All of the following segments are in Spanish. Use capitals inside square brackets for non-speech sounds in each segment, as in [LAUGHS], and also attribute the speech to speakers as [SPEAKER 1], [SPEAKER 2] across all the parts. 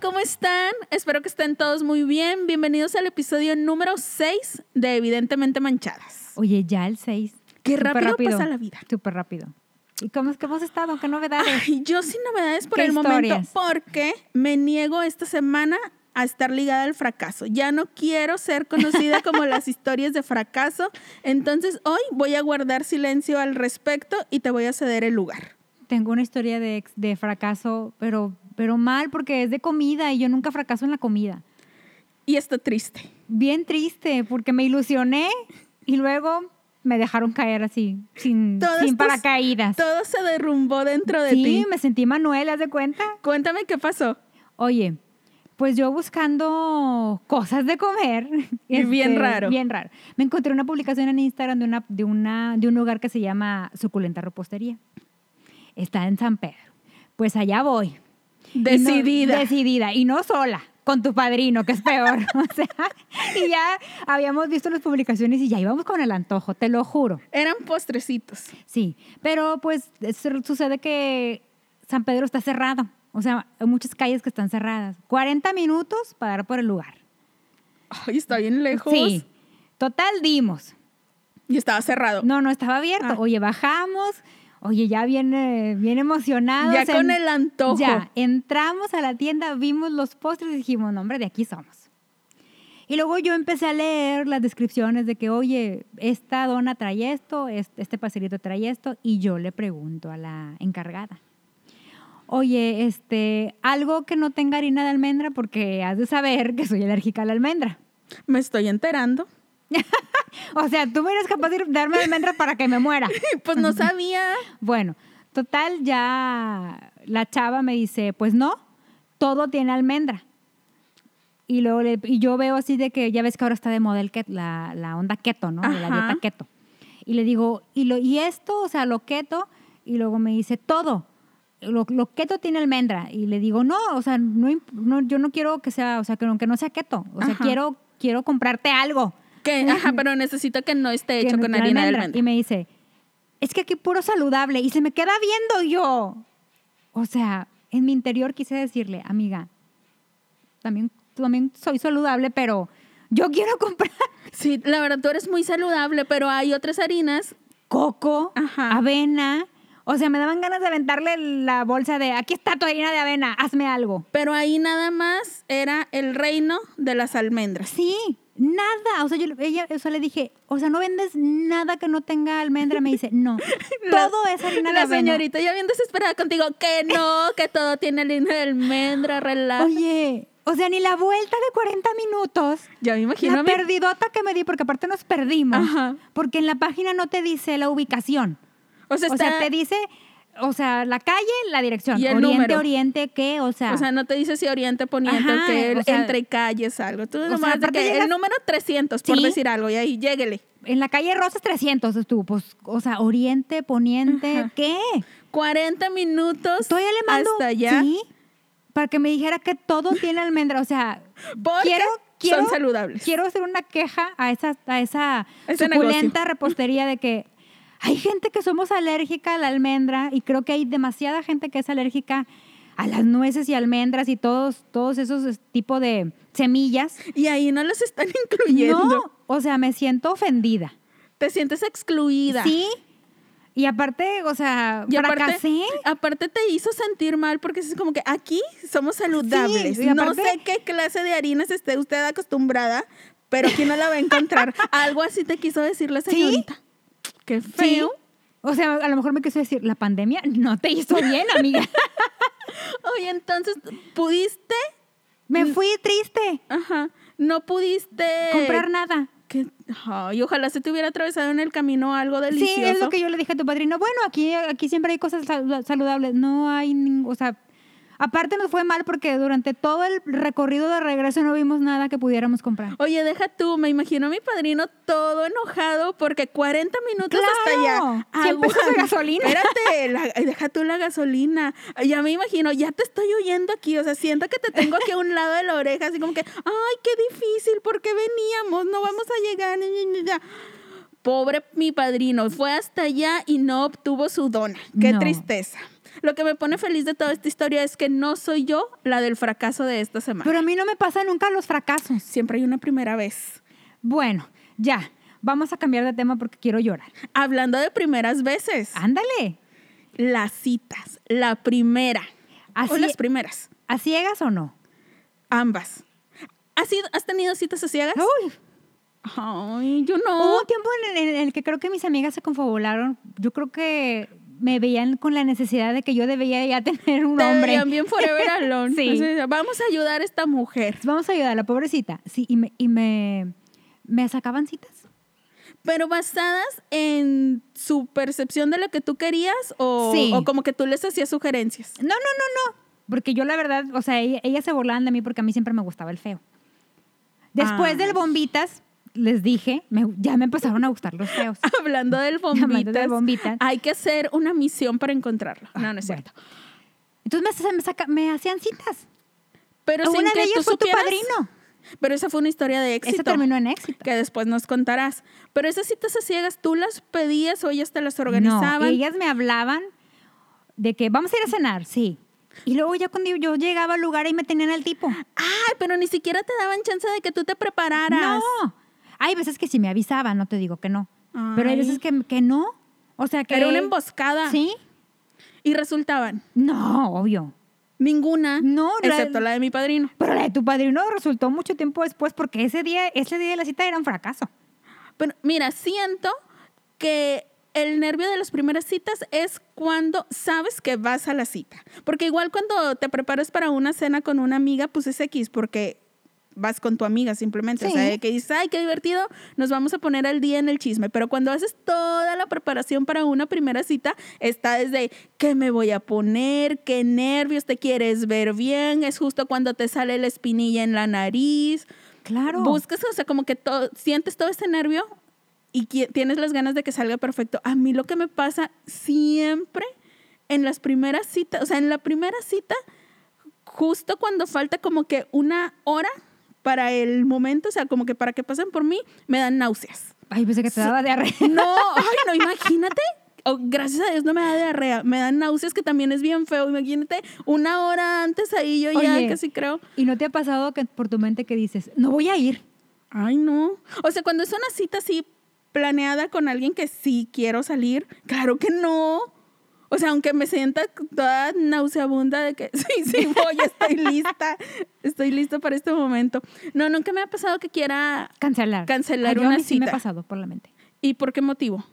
[SPEAKER 1] ¿cómo están? Espero que estén todos muy bien. Bienvenidos al episodio número 6 de Evidentemente Manchadas.
[SPEAKER 2] Oye, ya el 6.
[SPEAKER 1] Qué rápido, pasa la vida.
[SPEAKER 2] Súper rápido. ¿Y cómo, es que hemos estado? ¿Qué novedades?
[SPEAKER 1] Ay, yo sin novedades por
[SPEAKER 2] ¿Qué
[SPEAKER 1] el
[SPEAKER 2] historias?
[SPEAKER 1] momento, porque me niego esta semana a estar ligada al fracaso. Ya no quiero ser conocida como
[SPEAKER 2] [LAUGHS]
[SPEAKER 1] las historias de fracaso. Entonces hoy voy a guardar silencio al respecto y te voy a ceder el lugar.
[SPEAKER 2] Tengo una historia de, ex- de fracaso, pero, pero mal, porque es de comida y yo nunca fracaso en la comida.
[SPEAKER 1] Y está triste.
[SPEAKER 2] Bien triste, porque me ilusioné y luego me dejaron caer así, sin,
[SPEAKER 1] Todas tus-
[SPEAKER 2] sin paracaídas.
[SPEAKER 1] Todo se derrumbó dentro de
[SPEAKER 2] sí,
[SPEAKER 1] ti.
[SPEAKER 2] me sentí Manuel, ¿haz de cuenta?
[SPEAKER 1] Cuéntame qué pasó.
[SPEAKER 2] Oye, pues yo buscando cosas de comer.
[SPEAKER 1] [LAUGHS] Y
[SPEAKER 2] este,
[SPEAKER 1] bien raro.
[SPEAKER 2] Bien raro. Me encontré una publicación en Instagram de, una, de, una, de un lugar que se llama Suculenta Repostería. Está en San Pedro. Pues allá voy. Y no-
[SPEAKER 1] Decidida.
[SPEAKER 2] decidida. Y no sola, con tu padrino, que es peor. [LAUGHS] o sea, y ya habíamos visto las publicaciones y ya íbamos con el antojo, te lo juro.
[SPEAKER 1] Eran postrecitos.
[SPEAKER 2] Sí, pero pues es- sucede que San Pedro está cerrado. O sea, hay muchas calles que están cerradas. 40 minutos para dar por el lugar.
[SPEAKER 1] Ay, está bien lejos.
[SPEAKER 2] Sí. Total, dimos.
[SPEAKER 1] Y estaba cerrado.
[SPEAKER 2] No, no estaba abierto.
[SPEAKER 1] Ah.
[SPEAKER 2] Oye, bajamos. Oye, ya viene bien emocionados.
[SPEAKER 1] Ya con el antojo.
[SPEAKER 2] Ya, entramos a la tienda, vimos los postres y dijimos, no, hombre, de aquí somos. Y luego yo empecé a leer las descripciones de que, oye, esta dona trae esto, es- este pastelito trae esto, y yo le pregunto a la encargada. Oye, este, algo que no tenga harina de almendra, porque has de saber que soy alérgica a la almendra.
[SPEAKER 1] Me estoy enterando. [LAUGHS]
[SPEAKER 2] O sea, tú eres capaz de darme almendra para que me muera.
[SPEAKER 1] Pues no sabía.
[SPEAKER 2] Bueno, total, ya la chava me dice, pues no, todo tiene almendra. Y, luego le- y yo veo así de que ya ves que ahora está de moda el ket- la, la onda keto, ¿no? De la
[SPEAKER 1] Ajá.
[SPEAKER 2] dieta keto. Y le digo, ¿y, lo, ¿y esto? O sea, lo keto. Y luego me dice, todo. Lo, lo keto tiene almendra. Y le digo, no, o sea, no, imp- no, yo no quiero que sea, o sea, que no, que no sea keto. O sea,
[SPEAKER 1] Ajá.
[SPEAKER 2] quiero, quiero comprarte algo.
[SPEAKER 1] Que, ajá, pero necesito que no esté
[SPEAKER 2] que
[SPEAKER 1] hecho
[SPEAKER 2] no
[SPEAKER 1] con
[SPEAKER 2] tiene
[SPEAKER 1] harina de
[SPEAKER 2] Y
[SPEAKER 1] almendra.
[SPEAKER 2] me dice, es que aquí puro saludable. Y se me queda viendo yo. O sea, en mi interior quise decirle, amiga, también, también soy saludable, pero yo quiero [LAUGHS] comprar
[SPEAKER 1] Sí, la verdad, tú eres muy saludable, pero hay otras harinas.
[SPEAKER 2] coco,
[SPEAKER 1] Ajá.
[SPEAKER 2] avena. O sea, me daban ganas de aventarle la bolsa de, aquí está tu harina de avena, hazme algo.
[SPEAKER 1] Pero ahí nada más era el reino de las almendras.
[SPEAKER 2] Sí, nada. O sea, yo le- ella, o sea, le dije, o sea, no vendes nada que no tenga almendra. Me dice,
[SPEAKER 1] [LAUGHS]
[SPEAKER 2] no,
[SPEAKER 1] La-
[SPEAKER 2] todo es harina de
[SPEAKER 1] La
[SPEAKER 2] avena.
[SPEAKER 1] señorita ya bien desesperada contigo, que no, que todo tiene harina de almendra, relaja.
[SPEAKER 2] Oye, o sea, ni la vuelta de 40 minutos.
[SPEAKER 1] Ya me imagino
[SPEAKER 2] La
[SPEAKER 1] a mi-
[SPEAKER 2] perdidota que me di, porque aparte nos perdimos.
[SPEAKER 1] Ajá.
[SPEAKER 2] Porque en la página no te dice la ubicación.
[SPEAKER 1] O sea,
[SPEAKER 2] O sea,
[SPEAKER 1] está-
[SPEAKER 2] te dice, o sea, la calle, la dirección.
[SPEAKER 1] Y el
[SPEAKER 2] oriente,
[SPEAKER 1] número.
[SPEAKER 2] oriente, ¿qué? O sea,
[SPEAKER 1] O sea, no te dice si oriente, poniente,
[SPEAKER 2] Ajá,
[SPEAKER 1] o que
[SPEAKER 2] o sea-
[SPEAKER 1] entre calles, algo. Tú
[SPEAKER 2] sea,
[SPEAKER 1] nomás de
[SPEAKER 2] aparte
[SPEAKER 1] que
[SPEAKER 2] llegas-
[SPEAKER 1] el número 300, por
[SPEAKER 2] Sí.
[SPEAKER 1] decir algo, y ahí, lléguele.
[SPEAKER 2] en la calle Rosas 300 estuvo. Pues, o sea, oriente, poniente,
[SPEAKER 1] Ajá.
[SPEAKER 2] ¿qué?
[SPEAKER 1] 40 minutos
[SPEAKER 2] Todavía le mando,
[SPEAKER 1] hasta allá.
[SPEAKER 2] sí, para que me dijera que todo tiene almendra. O sea,
[SPEAKER 1] Porque
[SPEAKER 2] quiero, quiero,
[SPEAKER 1] son saludables.
[SPEAKER 2] Quiero hacer una queja a esa, a esa
[SPEAKER 1] Ese
[SPEAKER 2] suculenta repostería de que hay gente que somos alérgica a la almendra y creo que hay demasiada gente que es alérgica a las nueces y almendras y todos, todos esos es- tipo de semillas.
[SPEAKER 1] Y ahí no los están [LAUGHS] incluyendo.
[SPEAKER 2] No, o sea, me siento ofendida.
[SPEAKER 1] Te sientes excluida.
[SPEAKER 2] Sí. Y aparte, o sea,
[SPEAKER 1] Y aparte,
[SPEAKER 2] fracasé.
[SPEAKER 1] aparte te hizo sentir mal porque es como que aquí somos saludables.
[SPEAKER 2] Sí, y
[SPEAKER 1] no
[SPEAKER 2] aparte-
[SPEAKER 1] sé qué clase de harinas esté usted acostumbrada, pero aquí no la va a
[SPEAKER 2] [LAUGHS]
[SPEAKER 1] encontrar. Algo así te quiso decir la señorita. Qué feo.
[SPEAKER 2] Sí. O sea, a lo mejor me quiso decir, la pandemia no te hizo bien,
[SPEAKER 1] [LAUGHS]
[SPEAKER 2] amiga.
[SPEAKER 1] Oye, entonces, ¿pudiste?
[SPEAKER 2] me fui triste.
[SPEAKER 1] Ajá. No pudiste
[SPEAKER 2] Comprar nada.
[SPEAKER 1] ¿Qué? Ay, ojalá se te hubiera atravesado en el camino algo delicioso.
[SPEAKER 2] Sí, es lo que yo le dije a tu padrino. Bueno, aquí, aquí siempre hay cosas sal- saludables. No hay, nin- o sea, aparte nos fue mal porque durante todo el recorrido de regreso no vimos nada que pudiéramos comprar.
[SPEAKER 1] Oye, deja tú, me imagino a mi padrino todo enojado porque 40 minutos hasta
[SPEAKER 2] ¡Claro!
[SPEAKER 1] allá.
[SPEAKER 2] ¡Cien pesos de
[SPEAKER 1] Aguanta.
[SPEAKER 2] gasolina!
[SPEAKER 1] Espérate, la- ay, deja tú la gasolina. Ay, Ya me imagino, ya te estoy huyendo aquí, o sea, siento que te tengo aquí a un lado de la oreja, así como que, ay, qué difícil, ¿por qué veníamos? No vamos a llegar. ni, ni, ni, ya. Pobre mi padrino, fue hasta allá y no obtuvo su dona. Qué
[SPEAKER 2] No.
[SPEAKER 1] tristeza. Lo que me pone feliz de toda esta historia es que no soy yo la del fracaso de esta semana.
[SPEAKER 2] Pero a mí no me pasan nunca los fracasos.
[SPEAKER 1] Siempre hay una primera vez.
[SPEAKER 2] Bueno, ya, vamos a cambiar de tema porque quiero llorar.
[SPEAKER 1] Hablando de primeras veces,
[SPEAKER 2] Ah, Ándale.
[SPEAKER 1] las citas, la primera. o
[SPEAKER 2] Así-
[SPEAKER 1] las primeras,
[SPEAKER 2] ¿A ciegas o no?
[SPEAKER 1] ambas. ¿Has, ido- has tenido citas Uh, a ciegas?
[SPEAKER 2] Uy,
[SPEAKER 1] Ay, yo
[SPEAKER 2] Hubo
[SPEAKER 1] no.
[SPEAKER 2] un tiempo en el, en el que creo que mis amigas se confabularon. Yo creo que me veían con la necesidad de que yo debía ya [LAUGHS] tener un
[SPEAKER 1] Te
[SPEAKER 2] hombre.
[SPEAKER 1] veían bien
[SPEAKER 2] [LAUGHS]
[SPEAKER 1] forever alone.
[SPEAKER 2] Sí.
[SPEAKER 1] Así de, vamos a ayudar a esta mujer.
[SPEAKER 2] Vamos a ayudar a la pobrecita. Sí, y me, y me, me sacaban citas.
[SPEAKER 1] Pero basadas en su percepción de lo que tú querías o,
[SPEAKER 2] Sí.
[SPEAKER 1] o como que tú les hacías sugerencias. [LAUGHS]
[SPEAKER 2] No, no, no, no. Porque yo la verdad, o sea, ella- ellas se burlaban de mí porque a mí siempre me gustaba el feo. Después
[SPEAKER 1] Ay.
[SPEAKER 2] del bombitas, les dije, me- ya me empezaron a gustar los feos.
[SPEAKER 1] Hablando del bombitas,
[SPEAKER 2] Hablando del bombitas. Ah,
[SPEAKER 1] hay que hacer una misión para encontrarlo. [LAUGHS] No, no es
[SPEAKER 2] Bueno.
[SPEAKER 1] cierto.
[SPEAKER 2] Entonces me, me saca- me hacían citas.
[SPEAKER 1] Pero sin
[SPEAKER 2] Una
[SPEAKER 1] que
[SPEAKER 2] de ellas
[SPEAKER 1] tú
[SPEAKER 2] fue tu
[SPEAKER 1] supieras-
[SPEAKER 2] padrino.
[SPEAKER 1] Pero esa fue una historia de éxito.
[SPEAKER 2] Eso terminó en éxito.
[SPEAKER 1] Que después nos contarás. Pero esas citas a ciegas, ¿tú las pedías o ellas te las
[SPEAKER 2] No,
[SPEAKER 1] organizaban?
[SPEAKER 2] ellas me hablaban de que vamos a ir a cenar, sí. Y luego ya cuando yo llegaba al lugar ahí me tenían al tipo.
[SPEAKER 1] Ay, pero ni siquiera te daban chance de que tú te prepararas.
[SPEAKER 2] No. Hay veces que sí me avisaban, no te digo que no. Pero hay
[SPEAKER 1] Ay.
[SPEAKER 2] veces que, que no. O sea que.
[SPEAKER 1] Era una emboscada.
[SPEAKER 2] ¿Sí?
[SPEAKER 1] Y resultaban.
[SPEAKER 2] No, obvio.
[SPEAKER 1] Ninguna.
[SPEAKER 2] No, la-
[SPEAKER 1] Excepto la de mi padrino.
[SPEAKER 2] Pero la de tu padrino resultó mucho tiempo después porque ese día, ese día de la cita era un fracaso.
[SPEAKER 1] Pero mira, siento que el nervio de las primeras citas es cuando sabes que vas a la cita. Porque igual cuando te preparas para una cena con una amiga, pues es X, porque vas con tu amiga simplemente. O
[SPEAKER 2] Sí.
[SPEAKER 1] sea, de que dices, ay, qué divertido, nos vamos a poner al día en el chisme. Pero cuando haces toda la preparación para una primera cita, está desde qué me voy a poner, qué nervios, te quieres ver bien, es justo cuando te sale la espinilla en la nariz.
[SPEAKER 2] Claro.
[SPEAKER 1] Buscas, o sea, como que todo, sientes todo este nervio y qui- tienes las ganas de que salga perfecto. A mí lo que me pasa siempre en las primeras citas, o sea, en la primera cita, justo cuando falta como que una hora para el momento, o sea, como que para que pasen por mí, me dan náuseas.
[SPEAKER 2] Ay, pensé que te daba de
[SPEAKER 1] [LAUGHS] No, ay, no, imagínate. Oh, gracias a Dios no me da diarrea, me dan náuseas que también es bien feo. Imagínate una hora antes ahí yo ya
[SPEAKER 2] Oye.
[SPEAKER 1] casi creo.
[SPEAKER 2] ¿Y no te ha pasado que por tu mente que dices, no voy a ir?
[SPEAKER 1] Ay, no. O sea, cuando es una cita así planeada con alguien que sí quiero salir, claro que no. O sea, aunque me sienta toda nauseabunda de que [LAUGHS] sí, sí voy, estoy lista, estoy lista para este momento. No, nunca me ha pasado que quiera.
[SPEAKER 2] Cancelar.
[SPEAKER 1] Cancelar
[SPEAKER 2] Ay, yo a
[SPEAKER 1] una
[SPEAKER 2] mí Sí me ha
[SPEAKER 1] cita.
[SPEAKER 2] pasado por la mente.
[SPEAKER 1] ¿Y por qué motivo?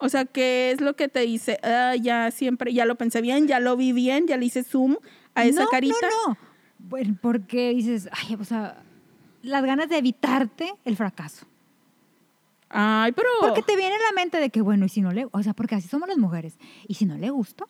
[SPEAKER 1] O sea, ¿qué es lo que te dice? Ah, ya siempre, ya lo pensé bien, ya lo vi bien, ya le hice zoom a esa
[SPEAKER 2] no,
[SPEAKER 1] carita.
[SPEAKER 2] No, no, Bueno, porque dices, ay, o sea, las ganas de evitarte el fracaso.
[SPEAKER 1] Ay, pero.
[SPEAKER 2] Porque te viene a la mente de que, bueno, y si no le, o sea, porque así somos las mujeres. Y si no le gusto,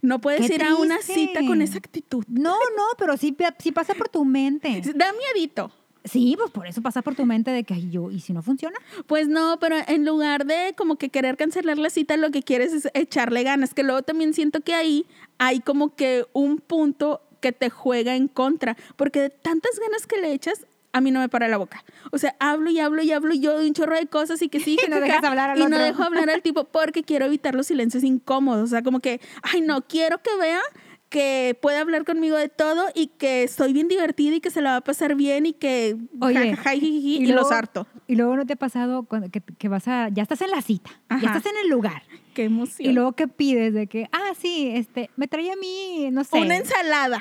[SPEAKER 1] No puedes ir
[SPEAKER 2] Qué
[SPEAKER 1] a una
[SPEAKER 2] triste.
[SPEAKER 1] cita con esa actitud.
[SPEAKER 2] no, no, pero sí, pa- sí pasa por tu mente.
[SPEAKER 1] Da miedito.
[SPEAKER 2] Sí, pues por eso pasa por tu mente de que, ay, yo, y si no funciona,
[SPEAKER 1] Pues no, pero en lugar de como que querer cancelar la cita, lo que quieres es echarle ganas, que luego también siento que ahí hay como que un punto que te juega en contra, porque de tantas ganas que le echas, a mí no me para la boca. O sea, hablo y hablo y hablo y yo de un chorro de cosas y que sí,
[SPEAKER 2] [LAUGHS] Y no
[SPEAKER 1] jajaja,
[SPEAKER 2] dejas hablar al
[SPEAKER 1] y no
[SPEAKER 2] otro.
[SPEAKER 1] dejo hablar al tipo porque quiero evitar los silencios incómodos. O sea, como que, ay, no, quiero que vea que puede hablar conmigo de todo y que estoy bien divertida y que se la va a pasar bien y que
[SPEAKER 2] Oye,
[SPEAKER 1] jajaja, jijiji, y,
[SPEAKER 2] luego-
[SPEAKER 1] los harto.
[SPEAKER 2] Y luego no te ha pasado cuando- que, que vas a, ya estás en la cita,
[SPEAKER 1] Ajá.
[SPEAKER 2] ya estás en el lugar.
[SPEAKER 1] Qué emoción.
[SPEAKER 2] Y luego que pides de que, ah, sí, este, me traía a mí, no sé.
[SPEAKER 1] Una ensalada.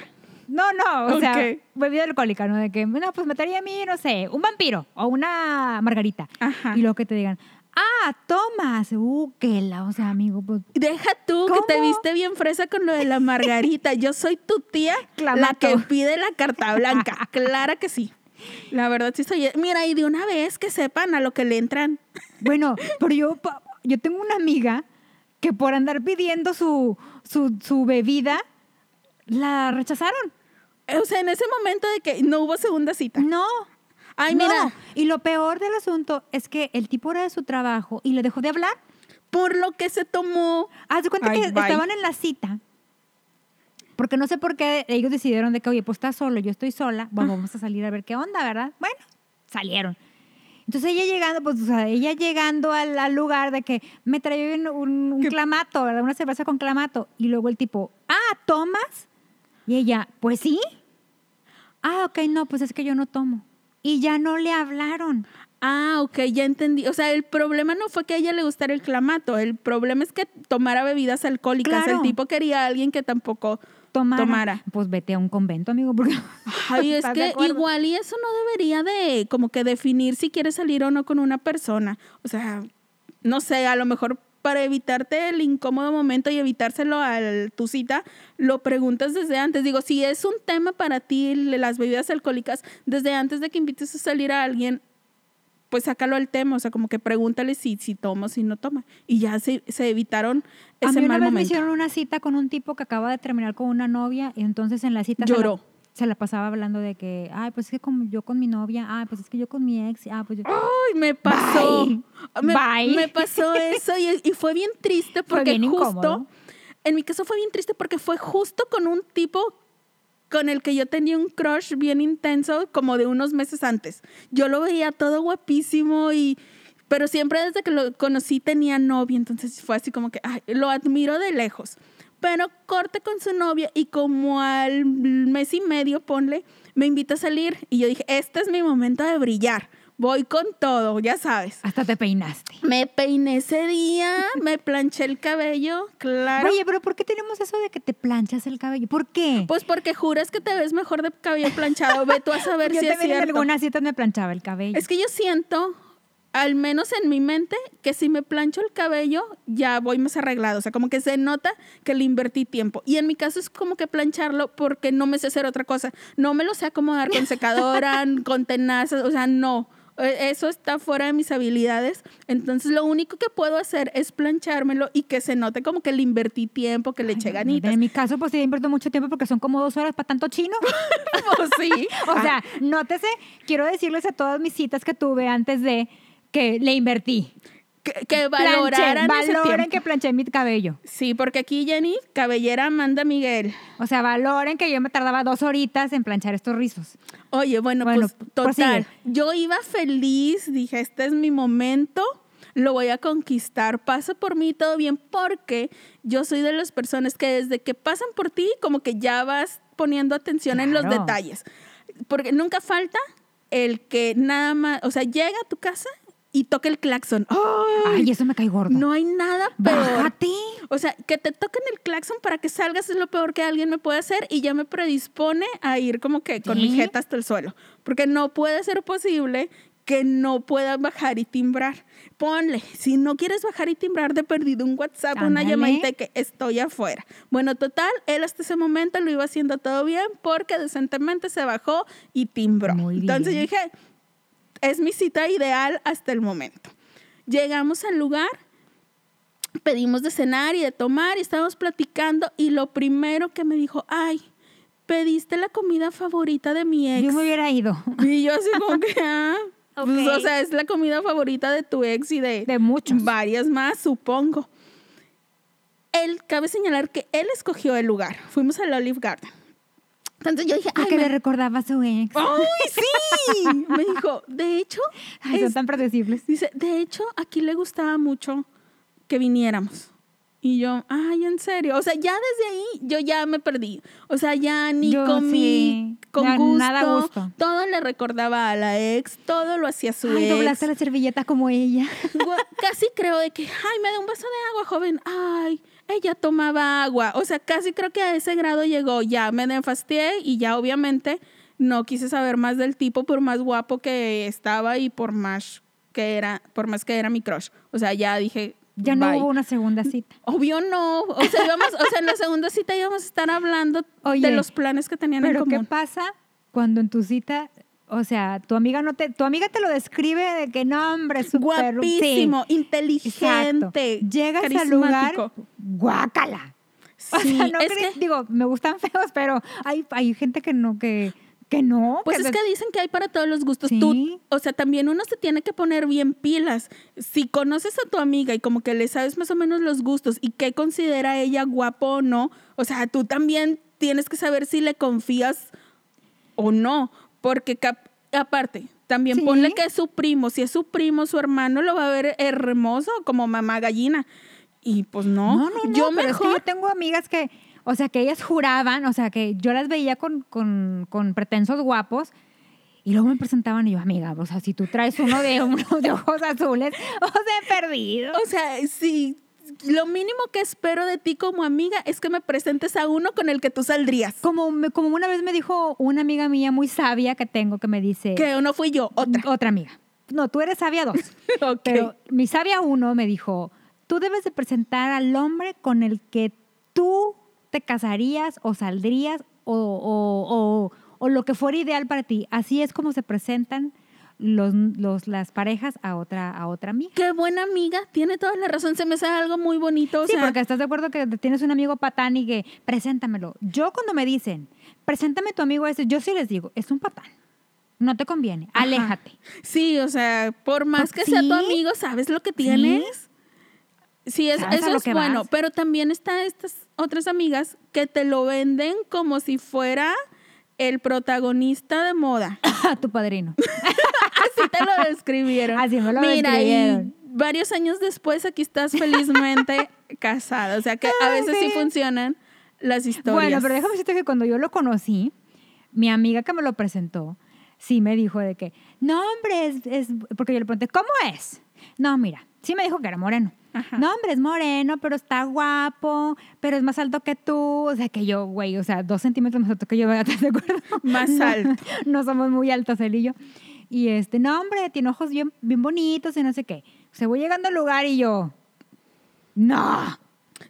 [SPEAKER 2] No, no, o sea,
[SPEAKER 1] Ok.
[SPEAKER 2] bebida alcohólica, ¿no? De que, no, pues me traía a mí, no sé, un vampiro o una margarita.
[SPEAKER 1] Ajá.
[SPEAKER 2] Y luego que te digan, ah, tomas, uh, que la, o sea, amigo, pues,
[SPEAKER 1] Deja tú que te
[SPEAKER 2] ¿Cómo?
[SPEAKER 1] viste bien fresa con lo de la margarita. Yo soy tu tía, la
[SPEAKER 2] Clamato.
[SPEAKER 1] que pide la carta blanca. Clara que sí. La verdad sí soy. Mira, y de una vez que sepan a lo que le entran.
[SPEAKER 2] bueno, pero yo, pa- yo tengo una amiga que por andar pidiendo su, su, su bebida, la rechazaron.
[SPEAKER 1] O sea, en ese momento de que no hubo segunda cita.
[SPEAKER 2] No.
[SPEAKER 1] Ay,
[SPEAKER 2] no.
[SPEAKER 1] mira,
[SPEAKER 2] Y lo peor del asunto es que el tipo era de su trabajo y le dejó de hablar.
[SPEAKER 1] por lo que se tomó.
[SPEAKER 2] Haz de cuenta
[SPEAKER 1] Ay,
[SPEAKER 2] que
[SPEAKER 1] bye.
[SPEAKER 2] estaban en la cita. Porque no sé por qué ellos decidieron de que, oye, pues está solo, yo estoy sola, bueno, vamos a salir a ver qué onda, ¿verdad? Bueno, salieron. Entonces ella llegando, pues, o sea, ella llegando al, al lugar de que me trae un, un- un
[SPEAKER 1] ¿Qué?
[SPEAKER 2] clamato, ¿verdad? una cerveza con clamato. Y luego el tipo, ah, ¿tomas? Y ella, pues sí. Ah, ok, no, pues es que yo no tomo. Y ya no le hablaron.
[SPEAKER 1] Ah, ok, ya entendí. O sea, el problema no fue que a ella le gustara el clamato, el problema es que tomara bebidas alcohólicas.
[SPEAKER 2] Claro.
[SPEAKER 1] El tipo quería a alguien que tampoco
[SPEAKER 2] Tomara.
[SPEAKER 1] tomara.
[SPEAKER 2] Pues vete a un convento, amigo, porque... [LAUGHS]
[SPEAKER 1] Ay, es
[SPEAKER 2] ¿Estás de
[SPEAKER 1] que
[SPEAKER 2] acuerdo?
[SPEAKER 1] igual y eso no debería de como que definir si quieres salir o no con una persona. O sea, no sé, a lo mejor para evitarte el incómodo momento y evitárselo a tu cita, lo preguntas desde antes. Digo, si es un tema para ti l- las bebidas alcohólicas, desde antes de que invites a salir a alguien, pues sácalo al tema. O sea, como que pregúntale si, si toma o si no toma. Y ya se, se evitaron
[SPEAKER 2] a mí
[SPEAKER 1] ese
[SPEAKER 2] una
[SPEAKER 1] mal
[SPEAKER 2] vez me
[SPEAKER 1] momento.
[SPEAKER 2] hicieron una cita con un tipo que acaba de terminar con una novia y entonces en la cita se la-
[SPEAKER 1] Lloró.
[SPEAKER 2] Se, la, pasaba hablando de que, ay, pues es que como yo con mi novia, ay, pues es que yo con mi ex, ah,
[SPEAKER 1] [GASPS]
[SPEAKER 2] pues yo...
[SPEAKER 1] Ay, me pasó.
[SPEAKER 2] Bye.
[SPEAKER 1] Me,
[SPEAKER 2] Bye.
[SPEAKER 1] me pasó eso y, y fue bien triste
[SPEAKER 2] Fue
[SPEAKER 1] porque
[SPEAKER 2] bien
[SPEAKER 1] justo.
[SPEAKER 2] incómodo.
[SPEAKER 1] En mi caso fue bien triste porque fue justo con un tipo con el que yo tenía un crush bien intenso como de unos meses antes. Yo lo veía todo guapísimo y pero siempre desde que lo conocí tenía novia, entonces fue así como que ay, lo admiro de lejos. Pero corte con su novia y como al mes y medio, ponle, me invita a salir y yo dije, este es mi momento de brillar, voy con todo, ya sabes.
[SPEAKER 2] Hasta te peinaste.
[SPEAKER 1] Me peiné ese día, me planché el cabello, claro.
[SPEAKER 2] Oye, pero ¿por qué tenemos eso de que te planchas el cabello? ¿Por qué?
[SPEAKER 1] Pues porque juras que te ves mejor de cabello planchado. Ve tú a saber
[SPEAKER 2] yo
[SPEAKER 1] si es
[SPEAKER 2] también en
[SPEAKER 1] cierto.
[SPEAKER 2] algunas citas me planchaba el cabello.
[SPEAKER 1] Es que yo siento, al menos en mi mente, que si me plancho el cabello ya voy más arreglado. O sea, como que se nota que le invertí tiempo. Y en mi caso es como que plancharlo porque no me sé hacer otra cosa. No me lo sé acomodar con
[SPEAKER 2] [LAUGHS]
[SPEAKER 1] secadora, con tenazas, o sea, no. Eh, Eso está fuera de mis habilidades. Entonces, lo único que puedo hacer es planchármelo y que se note como que le invertí tiempo, que le eché
[SPEAKER 2] Ay, no,
[SPEAKER 1] ganitas. [LAUGHS]
[SPEAKER 2] En mi caso, pues sí, invierto mucho tiempo porque son como dos horas para tanto chino.
[SPEAKER 1] Pues sí.
[SPEAKER 2] [LAUGHS] O sea, nótese, quiero decirles a todas mis citas que tuve antes de que le invertí.
[SPEAKER 1] que, que
[SPEAKER 2] Planché,
[SPEAKER 1] valoraran ese
[SPEAKER 2] valoren
[SPEAKER 1] tiempo.
[SPEAKER 2] que planché mi cabello.
[SPEAKER 1] Sí, porque aquí Jenny, cabellera Amanda Miguel.
[SPEAKER 2] O sea, valoren que yo me tardaba dos horitas en planchar estos rizos.
[SPEAKER 1] Oye, bueno,
[SPEAKER 2] Bueno,
[SPEAKER 1] pues total.
[SPEAKER 2] prosigue.
[SPEAKER 1] Yo iba feliz, dije, este es mi momento, lo voy a conquistar, pasa por mí todo bien, porque yo soy de las personas que desde que pasan por ti, como que ya vas poniendo atención en los
[SPEAKER 2] Claro.
[SPEAKER 1] detalles. Porque nunca falta el que nada más, o sea, llega a tu casa y toca el claxon. ¡Ay!
[SPEAKER 2] Ay, eso me cae gordo.
[SPEAKER 1] no hay nada peor.
[SPEAKER 2] Bájate.
[SPEAKER 1] O sea, que te toquen el claxon para que salgas es lo peor que alguien me puede hacer y ya me predispone a ir como que con mi
[SPEAKER 2] Sí.
[SPEAKER 1] jeta hasta el suelo. Porque no puede ser posible que no puedas bajar y timbrar. Ponle, si no quieres bajar y timbrar, de perdido un WhatsApp, una
[SPEAKER 2] Ándale.
[SPEAKER 1] llamadita de que estoy afuera. Bueno, total, él hasta ese momento lo iba haciendo todo bien porque decentemente se bajó y timbró.
[SPEAKER 2] Muy
[SPEAKER 1] Entonces yo
[SPEAKER 2] bien.
[SPEAKER 1] dije, es mi cita ideal hasta el momento. Llegamos al lugar, pedimos de cenar y de tomar y estábamos platicando y lo primero que me dijo, ay, pediste la comida favorita de mi ex.
[SPEAKER 2] Yo me hubiera ido.
[SPEAKER 1] [LAUGHS] Y yo así como que, ah, pues,
[SPEAKER 2] Ok.
[SPEAKER 1] o sea, es la comida favorita de tu ex y de,
[SPEAKER 2] De muchos.
[SPEAKER 1] varias más, supongo. Él, cabe señalar que él escogió el lugar. Fuimos al Olive Garden. Entonces yo dije, ay,
[SPEAKER 2] Porque
[SPEAKER 1] me-
[SPEAKER 2] le recordaba a su ex.
[SPEAKER 1] ¡Ay, sí!
[SPEAKER 2] [LAUGHS]
[SPEAKER 1] Me dijo, de hecho,
[SPEAKER 2] Ay,
[SPEAKER 1] es-
[SPEAKER 2] son tan predecibles.
[SPEAKER 1] Dice, de hecho, aquí le gustaba mucho que viniéramos. Y yo, ay, en serio. O sea, ya desde ahí yo ya me perdí. O sea, ya ni
[SPEAKER 2] Yo
[SPEAKER 1] comí
[SPEAKER 2] sí.
[SPEAKER 1] con
[SPEAKER 2] Na-
[SPEAKER 1] gusto,
[SPEAKER 2] nada gusto.
[SPEAKER 1] Todo le recordaba a la ex, todo lo hacía su
[SPEAKER 2] Ay,
[SPEAKER 1] ex.
[SPEAKER 2] doblaste la servilleta como ella. [LAUGHS]
[SPEAKER 1] Gua- Casi creo de que, ay, me da un vaso de agua, joven. Ay, ella tomaba agua. O sea, casi creo que a ese grado llegó. Ya me enfastié y ya obviamente no quise saber más del tipo por más guapo que estaba y por más que era, por más que era mi crush. O sea, ya dije,
[SPEAKER 2] Ya no
[SPEAKER 1] bye.
[SPEAKER 2] hubo una segunda cita.
[SPEAKER 1] Obvio no. O sea, íbamos, o sea, en la segunda cita íbamos a estar hablando
[SPEAKER 2] Oye,
[SPEAKER 1] de los planes que tenían en
[SPEAKER 2] Pero ¿qué
[SPEAKER 1] común.
[SPEAKER 2] pasa cuando en tu cita, o sea, tu amiga no te, tu amiga te lo describe de que no, hombre, súper sí,
[SPEAKER 1] Guapísimo,
[SPEAKER 2] exacto.
[SPEAKER 1] inteligente,
[SPEAKER 2] Llegas al lugar,
[SPEAKER 1] carismático.
[SPEAKER 2] guácala. [LAUGHS] [LAUGHS] O
[SPEAKER 1] Sí,
[SPEAKER 2] sea, no
[SPEAKER 1] es
[SPEAKER 2] cre-
[SPEAKER 1] que-
[SPEAKER 2] digo, me gustan [LAUGHS] feos, pero hay, hay gente que no, que, que no.
[SPEAKER 1] Pues es que dicen que hay para todos los gustos.
[SPEAKER 2] Sí.
[SPEAKER 1] Tú, o sea, también uno se tiene que poner bien pilas. Si conoces a tu amiga y como que le sabes más o menos los gustos y qué considera ella guapo o no, o sea, tú también tienes que saber si le confías o no, porque cap- Aparte, también
[SPEAKER 2] Sí.
[SPEAKER 1] ponle que es su primo. Si es su primo, su hermano lo va a ver hermoso como mamá gallina. Y pues no,
[SPEAKER 2] No, no, no.
[SPEAKER 1] yo
[SPEAKER 2] pero es que
[SPEAKER 1] mejor.
[SPEAKER 2] yo tengo amigas que, o sea, que ellas juraban, o sea, que yo las veía con, con, con pretensos guapos. Y luego me presentaban y yo, amiga, o sea, si tú traes uno de, [LAUGHS] uno de ojos azules, [LAUGHS] o sea, he perdido.
[SPEAKER 1] O sea, sí, lo mínimo que espero de ti como amiga es que me presentes a uno con el que tú saldrías.
[SPEAKER 2] Como, me- como una vez me dijo una amiga mía muy sabia que tengo que me dice...
[SPEAKER 1] Que no fui yo,
[SPEAKER 2] [LAUGHS]
[SPEAKER 1] otra.
[SPEAKER 2] Otra amiga. No, tú eres sabia dos.
[SPEAKER 1] Ok.
[SPEAKER 2] Pero mi sabia uno me dijo, tú debes de presentar al hombre con el que tú te casarías o saldrías o, o- o- o lo que fuera ideal para ti. Así es como se presentan los, los- las parejas a otra, a otra amiga.
[SPEAKER 1] Qué buena amiga, tiene toda la razón, se me sale algo muy bonito. O
[SPEAKER 2] sí,
[SPEAKER 1] sea,
[SPEAKER 2] porque estás de acuerdo que tienes un amigo patán y que preséntamelo. Yo cuando me dicen, preséntame tu amigo ese, yo sí les digo, es un patán. No te conviene,
[SPEAKER 1] Ajá.
[SPEAKER 2] aléjate. [LAUGHS]
[SPEAKER 1] Sí, o sea, por más que
[SPEAKER 2] Pues,
[SPEAKER 1] sea tu
[SPEAKER 2] sí.
[SPEAKER 1] amigo, ¿sabes lo que tienes? Sí, es,
[SPEAKER 2] Sabes a
[SPEAKER 1] eso
[SPEAKER 2] lo
[SPEAKER 1] es
[SPEAKER 2] que
[SPEAKER 1] bueno,
[SPEAKER 2] vas.
[SPEAKER 1] pero también está estas otras amigas que te lo venden como si fuera el protagonista de moda.
[SPEAKER 2] tu padrino.
[SPEAKER 1] Así te
[SPEAKER 2] [LAUGHS]
[SPEAKER 1] lo describieron.
[SPEAKER 2] Así me lo
[SPEAKER 1] Mira, y
[SPEAKER 2] describieron.
[SPEAKER 1] varios años después aquí estás
[SPEAKER 2] [LAUGHS]
[SPEAKER 1] felizmente casada, o sea que a
[SPEAKER 2] Ay,
[SPEAKER 1] veces sí
[SPEAKER 2] sí.
[SPEAKER 1] funcionan las historias.
[SPEAKER 2] Bueno, pero déjame decirte que cuando yo lo conocí, mi amiga que me lo presentó, sí me dijo de que, no, hombre, es, es-" porque yo le pregunté, ¿cómo es? No, mira, sí me dijo que era moreno.
[SPEAKER 1] Ajá.
[SPEAKER 2] No, hombre, es moreno, pero está guapo, pero es más alto que tú. O sea, que yo, güey, o sea, dos centímetros más alto que yo, ¿verdad? [LAUGHS] ¿Estás de acuerdo?
[SPEAKER 1] Más
[SPEAKER 2] No,
[SPEAKER 1] alto.
[SPEAKER 2] [LAUGHS] No, somos muy altos, él y yo. Y este, no, hombre, tiene ojos bien, bien bonitos y no sé qué. Se voy llegando al lugar y yo, no.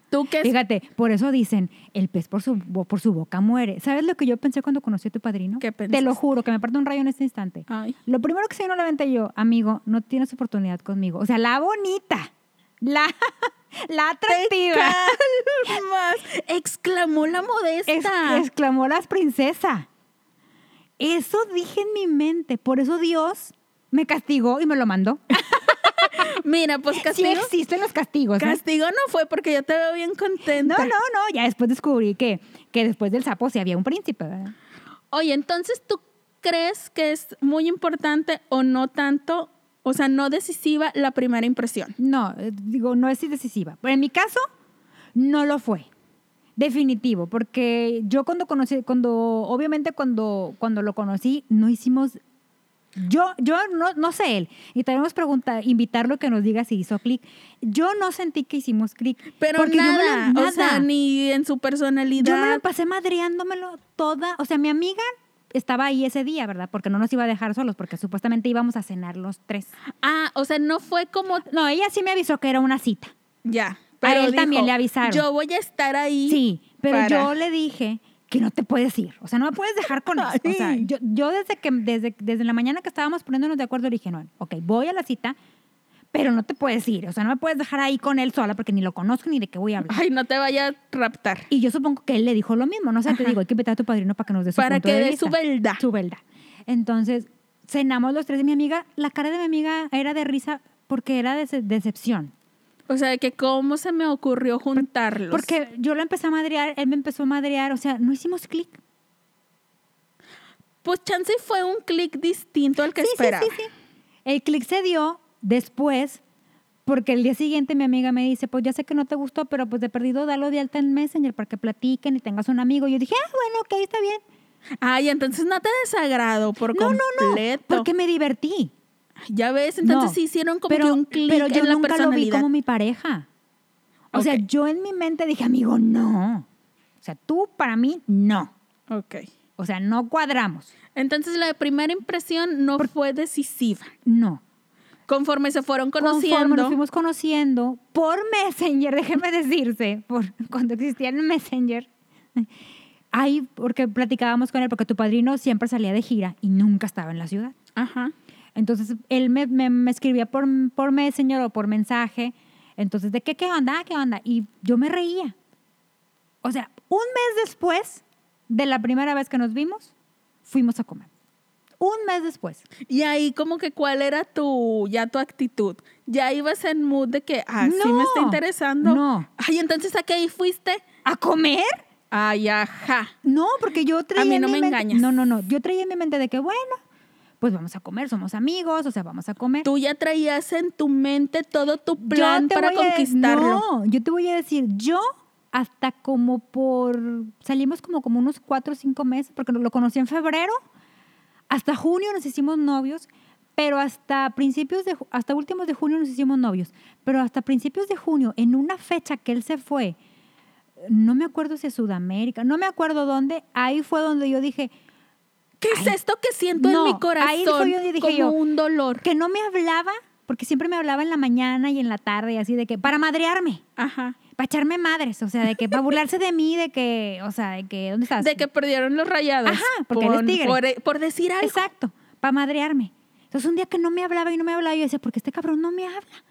[SPEAKER 1] Tú que
[SPEAKER 2] Fíjate, por eso dicen, el pez por su, bo- por su boca muere. ¿Sabes lo que yo pensé cuando conocí a tu padrino?
[SPEAKER 1] ¿Qué
[SPEAKER 2] Te
[SPEAKER 1] pensaste?
[SPEAKER 2] lo juro, que me parte un rayo en este instante.
[SPEAKER 1] Ay.
[SPEAKER 2] Lo primero que se vino a la venta yo, amigo, no tienes oportunidad conmigo. O sea, la bonita, la, [LAUGHS] la atractiva.
[SPEAKER 1] Calmas. Exclamó la modesta.
[SPEAKER 2] Ex- exclamó la princesa. Eso dije en mi mente. Por eso Dios me castigó y me lo mandó.
[SPEAKER 1] Mira, pues
[SPEAKER 2] Sí
[SPEAKER 1] castigo.
[SPEAKER 2] existen los castigos. ¿no?
[SPEAKER 1] castigo no fue porque yo te veo bien
[SPEAKER 2] No,
[SPEAKER 1] contenta.
[SPEAKER 2] no, no. Ya después descubrí que, que después del sapo sí había un príncipe, ¿verdad?
[SPEAKER 1] Oye, entonces tú crees que es muy importante o no tanto, o sea, no decisiva la primera impresión.
[SPEAKER 2] No, eh, digo, no es decisiva. Pero en mi caso, no lo fue. Definitivo, porque yo cuando conocí, cuando, obviamente cuando, cuando lo conocí, no hicimos, yo, yo no, no sé él, y tenemos pregunta, invitarlo a que nos diga si hizo clic. Yo no sentí que hicimos clic.
[SPEAKER 1] Pero
[SPEAKER 2] porque yo me lo-
[SPEAKER 1] nada, o sea,
[SPEAKER 2] nada.
[SPEAKER 1] ni en su personalidad.
[SPEAKER 2] Yo me lo pasé madreándomelo toda. O sea, mi amiga estaba ahí ese día, ¿verdad? Porque no nos iba a dejar solos, porque supuestamente íbamos a cenar los tres.
[SPEAKER 1] Ah, o sea, no fue como
[SPEAKER 2] No, ella sí me avisó que era una cita.
[SPEAKER 1] ya.
[SPEAKER 2] él
[SPEAKER 1] dijo,
[SPEAKER 2] también le avisaron.
[SPEAKER 1] Yo voy a estar ahí.
[SPEAKER 2] Sí, pero
[SPEAKER 1] para-
[SPEAKER 2] yo le dije que no te puedes ir. O sea, no me puedes
[SPEAKER 1] [LAUGHS]
[SPEAKER 2] dejar con eso. O sea,
[SPEAKER 1] Ay.
[SPEAKER 2] yo, yo desde que desde, desde la mañana que estábamos poniéndonos de acuerdo, le dije, no, ok, voy a la cita, pero no te puedes ir. O sea, no me puedes dejar ahí con él sola porque ni lo conozco ni de qué voy a hablar.
[SPEAKER 1] Ay, no te vaya a raptar.
[SPEAKER 2] Y yo supongo que él le dijo lo mismo. No sé, te digo, hay que invitar a tu padrino para que nos dé su
[SPEAKER 1] Para
[SPEAKER 2] punto
[SPEAKER 1] que
[SPEAKER 2] de
[SPEAKER 1] dé su
[SPEAKER 2] vista".
[SPEAKER 1] verdad.
[SPEAKER 2] Su verdad. Entonces, cenamos los tres. Y mi amiga, la cara de mi amiga era de risa porque era de dece- decepción.
[SPEAKER 1] O sea, que cómo se me ocurrió juntarlos.
[SPEAKER 2] Porque yo lo empecé a madrear, él me empezó a madrear. O sea, no hicimos clic.
[SPEAKER 1] Pues chance fue un clic distinto al que
[SPEAKER 2] Sí, sí,
[SPEAKER 1] esperaba.
[SPEAKER 2] sí, sí. El clic se dio después, porque el día siguiente mi amiga me dice, pues ya sé que no te gustó, pero pues de perdido dalo de alta en Messenger para que platiquen y tengas un amigo. Yo dije, ah, bueno, ok, está bien.
[SPEAKER 1] Ay, entonces no te desagrado por
[SPEAKER 2] No, no, no,
[SPEAKER 1] completo.
[SPEAKER 2] porque me divertí.
[SPEAKER 1] Ya ves, entonces
[SPEAKER 2] No,
[SPEAKER 1] sí hicieron como
[SPEAKER 2] pero-
[SPEAKER 1] que un clic
[SPEAKER 2] Pero yo
[SPEAKER 1] en la
[SPEAKER 2] nunca lo vi
[SPEAKER 1] personalidad.
[SPEAKER 2] como mi pareja. O sea,
[SPEAKER 1] Ok.
[SPEAKER 2] yo en mi mente dije, amigo, no. O sea, tú para mí, no.
[SPEAKER 1] Ok.
[SPEAKER 2] O sea, no cuadramos.
[SPEAKER 1] Entonces la primera impresión no fue decisiva.
[SPEAKER 2] No.
[SPEAKER 1] Conforme se fueron
[SPEAKER 2] Conforme nos
[SPEAKER 1] conociendo.
[SPEAKER 2] fuimos conociendo por Messenger, [LAUGHS] déjeme decirse, por, cuando existía el Messenger. Ahí, porque platicábamos con él, porque tu padrino siempre salía de gira y nunca estaba en la ciudad.
[SPEAKER 1] Ajá.
[SPEAKER 2] Entonces, él me, me- me escribía por, por Messenger o por mensaje. Entonces, ¿de qué, qué onda? Ah, ¿Qué onda? Y yo me reía. O sea, un mes después de la primera vez que nos vimos, fuimos a comer. Un mes después.
[SPEAKER 1] Y ahí como que cuál era tu, ya tu actitud. Ya ibas en mood de que, ah, sí me está
[SPEAKER 2] No,
[SPEAKER 1] interesando.
[SPEAKER 2] no.
[SPEAKER 1] Ay, entonces a qué ahí fuiste.
[SPEAKER 2] ¿A comer?
[SPEAKER 1] Ay, ajá.
[SPEAKER 2] No, porque yo traía.
[SPEAKER 1] mí
[SPEAKER 2] en
[SPEAKER 1] no
[SPEAKER 2] mi
[SPEAKER 1] me
[SPEAKER 2] mente-
[SPEAKER 1] engañas.
[SPEAKER 2] No, no, no. Yo traía en mi mente de que, bueno, pues vamos a comer, somos amigos, o sea, vamos a comer.
[SPEAKER 1] Tú ya traías en tu mente todo tu
[SPEAKER 2] Yo
[SPEAKER 1] plan
[SPEAKER 2] te
[SPEAKER 1] para
[SPEAKER 2] voy a-
[SPEAKER 1] conquistarlo.
[SPEAKER 2] no, yo te voy a decir, yo hasta como por, salimos como, como unos cuatro o cinco meses, porque lo conocí en febrero, hasta junio nos hicimos novios, pero hasta principios de, ju- hasta últimos de junio nos hicimos novios, pero hasta principios de junio, en una fecha que él se fue, no me acuerdo si a Sudamérica, no me acuerdo dónde, ahí fue donde yo dije,
[SPEAKER 1] ¿Qué es esto que siento
[SPEAKER 2] No,
[SPEAKER 1] en mi corazón?
[SPEAKER 2] ahí fue donde dije
[SPEAKER 1] como
[SPEAKER 2] yo,
[SPEAKER 1] un dolor.
[SPEAKER 2] que no me hablaba, porque siempre me hablaba en la mañana y en la tarde, y así de que, para madrearme.
[SPEAKER 1] Ajá.
[SPEAKER 2] para echarme madres, o sea, de que para burlarse de mí, de que, o sea, de que, ¿dónde estás?
[SPEAKER 1] De que perdieron los rayados.
[SPEAKER 2] Ajá, porque él es
[SPEAKER 1] Por-
[SPEAKER 2] tigre.
[SPEAKER 1] Por, eh, por decir algo.
[SPEAKER 2] Exacto, para madrearme. Entonces un día que no me hablaba y no me hablaba, yo decía, porque este cabrón no me habla.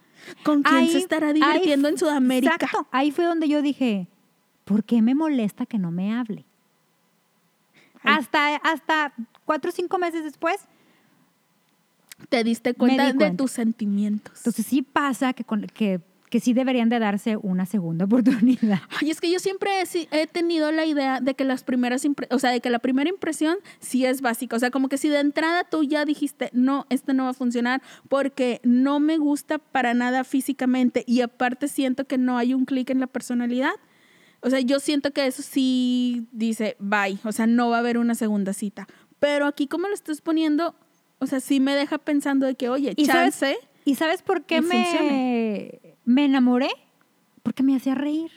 [SPEAKER 1] ¿Con quién
[SPEAKER 2] Ahí-
[SPEAKER 1] se estará
[SPEAKER 2] ahí-
[SPEAKER 1] divirtiendo en Sudamérica?
[SPEAKER 2] Exacto, ahí fue donde yo dije, ¿por qué me molesta que no me hable?
[SPEAKER 1] Ay.
[SPEAKER 2] Hasta, hasta cuatro o cinco meses después,
[SPEAKER 1] Te diste cuenta
[SPEAKER 2] di
[SPEAKER 1] de
[SPEAKER 2] cuenta.
[SPEAKER 1] tus sentimientos.
[SPEAKER 2] entonces sí pasa que, con, que, que sí deberían de darse una segunda [LAUGHS] oportunidad.
[SPEAKER 1] Ay, es que yo siempre he, si- he tenido la idea de que las primeras, impre- o sea, de que la primera impresión sí es básica. O sea, como que si de entrada tú ya dijiste, no, esto no va a funcionar porque no me gusta para nada físicamente y aparte siento que no hay un clic en la personalidad. O sea, yo siento que eso sí dice, bye, o sea, no va a haber una segunda cita. Pero aquí como lo estás poniendo, o sea, sí me deja pensando de que, oye,
[SPEAKER 2] ¿Y
[SPEAKER 1] chance.
[SPEAKER 2] sabes- ¿Y sabes por
[SPEAKER 1] Y
[SPEAKER 2] qué me,
[SPEAKER 1] funcione.
[SPEAKER 2] me enamoré? Porque me hacía reír.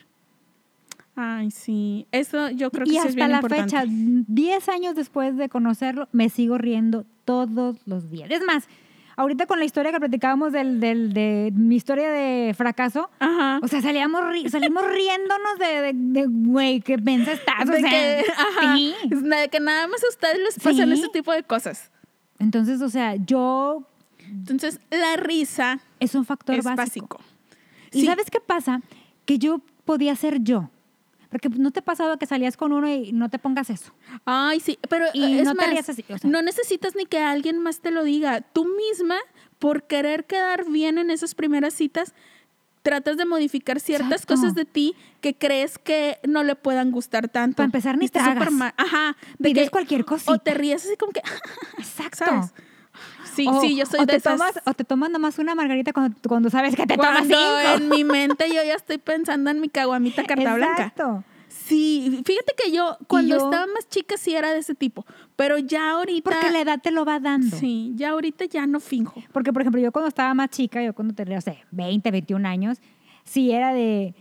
[SPEAKER 1] Ay, sí. Eso yo creo que
[SPEAKER 2] Y
[SPEAKER 1] sí es
[SPEAKER 2] hasta
[SPEAKER 1] bien
[SPEAKER 2] la
[SPEAKER 1] importante.
[SPEAKER 2] fecha, 10 años después de conocerlo, me sigo riendo todos los días. Es más, ahorita con la historia que platicábamos del, del- de mi historia de fracaso,
[SPEAKER 1] Ajá.
[SPEAKER 2] o sea, salíamos ri- salimos riéndonos de, de- de, güey, qué mensa estás. o
[SPEAKER 1] de
[SPEAKER 2] sea, [LAUGHS]
[SPEAKER 1] que, ajá,
[SPEAKER 2] sí.
[SPEAKER 1] de que nada más a ustedes les pasan
[SPEAKER 2] Sí.
[SPEAKER 1] ese tipo de cosas.
[SPEAKER 2] Entonces, o sea, yo
[SPEAKER 1] Entonces, la risa
[SPEAKER 2] es un factor
[SPEAKER 1] es
[SPEAKER 2] básico.
[SPEAKER 1] básico.
[SPEAKER 2] ¿Y
[SPEAKER 1] Sí.
[SPEAKER 2] sabes qué pasa? Que yo podía ser yo. Porque no te ha pasado que salías con uno y no te pongas eso.
[SPEAKER 1] Ay, sí, pero
[SPEAKER 2] Y
[SPEAKER 1] eh, es
[SPEAKER 2] no te
[SPEAKER 1] más,
[SPEAKER 2] rías así, o sea.
[SPEAKER 1] no necesitas ni que alguien más te lo diga. Tú misma, por querer quedar bien en esas primeras citas, tratas de modificar ciertas
[SPEAKER 2] Exacto.
[SPEAKER 1] cosas de ti que crees que no le puedan gustar tanto.
[SPEAKER 2] Para empezar,
[SPEAKER 1] Y
[SPEAKER 2] ni
[SPEAKER 1] está
[SPEAKER 2] tragas.
[SPEAKER 1] súper mal. Ajá.
[SPEAKER 2] Pides cualquier
[SPEAKER 1] O
[SPEAKER 2] cosita.
[SPEAKER 1] te ríes así como que, [LAUGHS]
[SPEAKER 2] Exacto.
[SPEAKER 1] ¿sabes? Sí,
[SPEAKER 2] O-
[SPEAKER 1] sí, yo soy
[SPEAKER 2] o
[SPEAKER 1] de
[SPEAKER 2] te
[SPEAKER 1] esas.
[SPEAKER 2] Tomas, o te tomas nomás una margarita cuando, cuando sabes que te tomas
[SPEAKER 1] Cuando
[SPEAKER 2] cinco.
[SPEAKER 1] en mi mente yo ya estoy pensando en mi caguamita carta blanca.
[SPEAKER 2] Exacto.
[SPEAKER 1] Sí, fíjate que yo cuando
[SPEAKER 2] yo-
[SPEAKER 1] estaba más chica sí era de ese tipo, pero ya ahorita
[SPEAKER 2] Porque la edad te lo va dando.
[SPEAKER 1] Sí, ya ahorita ya no
[SPEAKER 2] [LAUGHS]
[SPEAKER 1] finjo.
[SPEAKER 2] Porque, por ejemplo, yo cuando estaba más chica, yo cuando tenía, no sé, 20, 21 años, sí era de,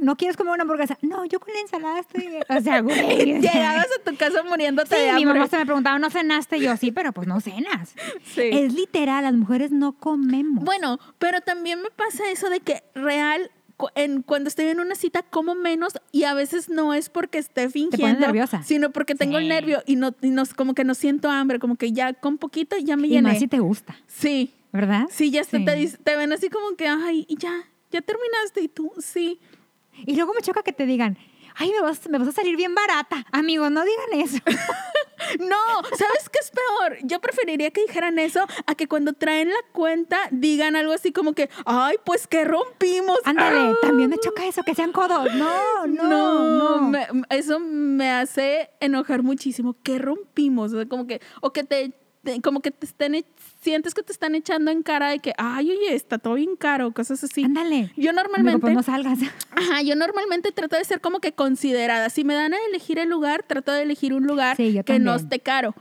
[SPEAKER 2] ¿no quieres comer una hamburguesa? No, yo con la ensalada estoy bien. O sea,
[SPEAKER 1] [LAUGHS]
[SPEAKER 2] güey. o sea,
[SPEAKER 1] Llegabas a tu casa muriéndote
[SPEAKER 2] Sí,
[SPEAKER 1] de
[SPEAKER 2] mi
[SPEAKER 1] hambre.
[SPEAKER 2] mamá se me preguntaba, ¿no cenaste? Y Yo sí, pero pues no cenas.
[SPEAKER 1] [LAUGHS] Sí.
[SPEAKER 2] Es literal, las mujeres no comemos.
[SPEAKER 1] Bueno, pero también me pasa eso de que real cu- en, cuando estoy en una cita como menos y a veces no es porque esté fingiendo,
[SPEAKER 2] nerviosa.
[SPEAKER 1] sino porque tengo el
[SPEAKER 2] Sí.
[SPEAKER 1] nervio y no, y nos- como que no siento hambre, como que ya con poquito ya me
[SPEAKER 2] y
[SPEAKER 1] llené.
[SPEAKER 2] más si te gusta,
[SPEAKER 1] Sí.
[SPEAKER 2] ¿verdad?
[SPEAKER 1] Sí, ya está,
[SPEAKER 2] Sí.
[SPEAKER 1] Te, dice- te ven así como que, ay, y ya, ya terminaste y tú, sí.
[SPEAKER 2] Y luego me choca que te digan, ay, me vas, me vas a salir bien barata. Amigos, no
[SPEAKER 1] [LAUGHS]
[SPEAKER 2] digan eso.
[SPEAKER 1] Ah. No, ¿sabes qué es peor? Yo preferiría que dijeran eso a que cuando traen la cuenta digan algo así como que, ay, pues que rompimos.
[SPEAKER 2] Ándale,
[SPEAKER 1] Ah.
[SPEAKER 2] también me choca eso, que sean codos. No, no, no.
[SPEAKER 1] No, me- eso me hace enojar muchísimo. ¿Qué rompimos? O sea, como que, o que te, te- como que te estén, e- sientes que te están echando en cara de que, ay, oye, está todo bien caro, cosas así.
[SPEAKER 2] Ándale.
[SPEAKER 1] Yo
[SPEAKER 2] Amigo,
[SPEAKER 1] normalmente...
[SPEAKER 2] pues no salgas.
[SPEAKER 1] Ajá, yo normalmente trato de ser como que considerada. Si me dan a elegir el lugar, trato de elegir un lugar
[SPEAKER 2] Sí, yo
[SPEAKER 1] que no
[SPEAKER 2] también.
[SPEAKER 1] esté caro.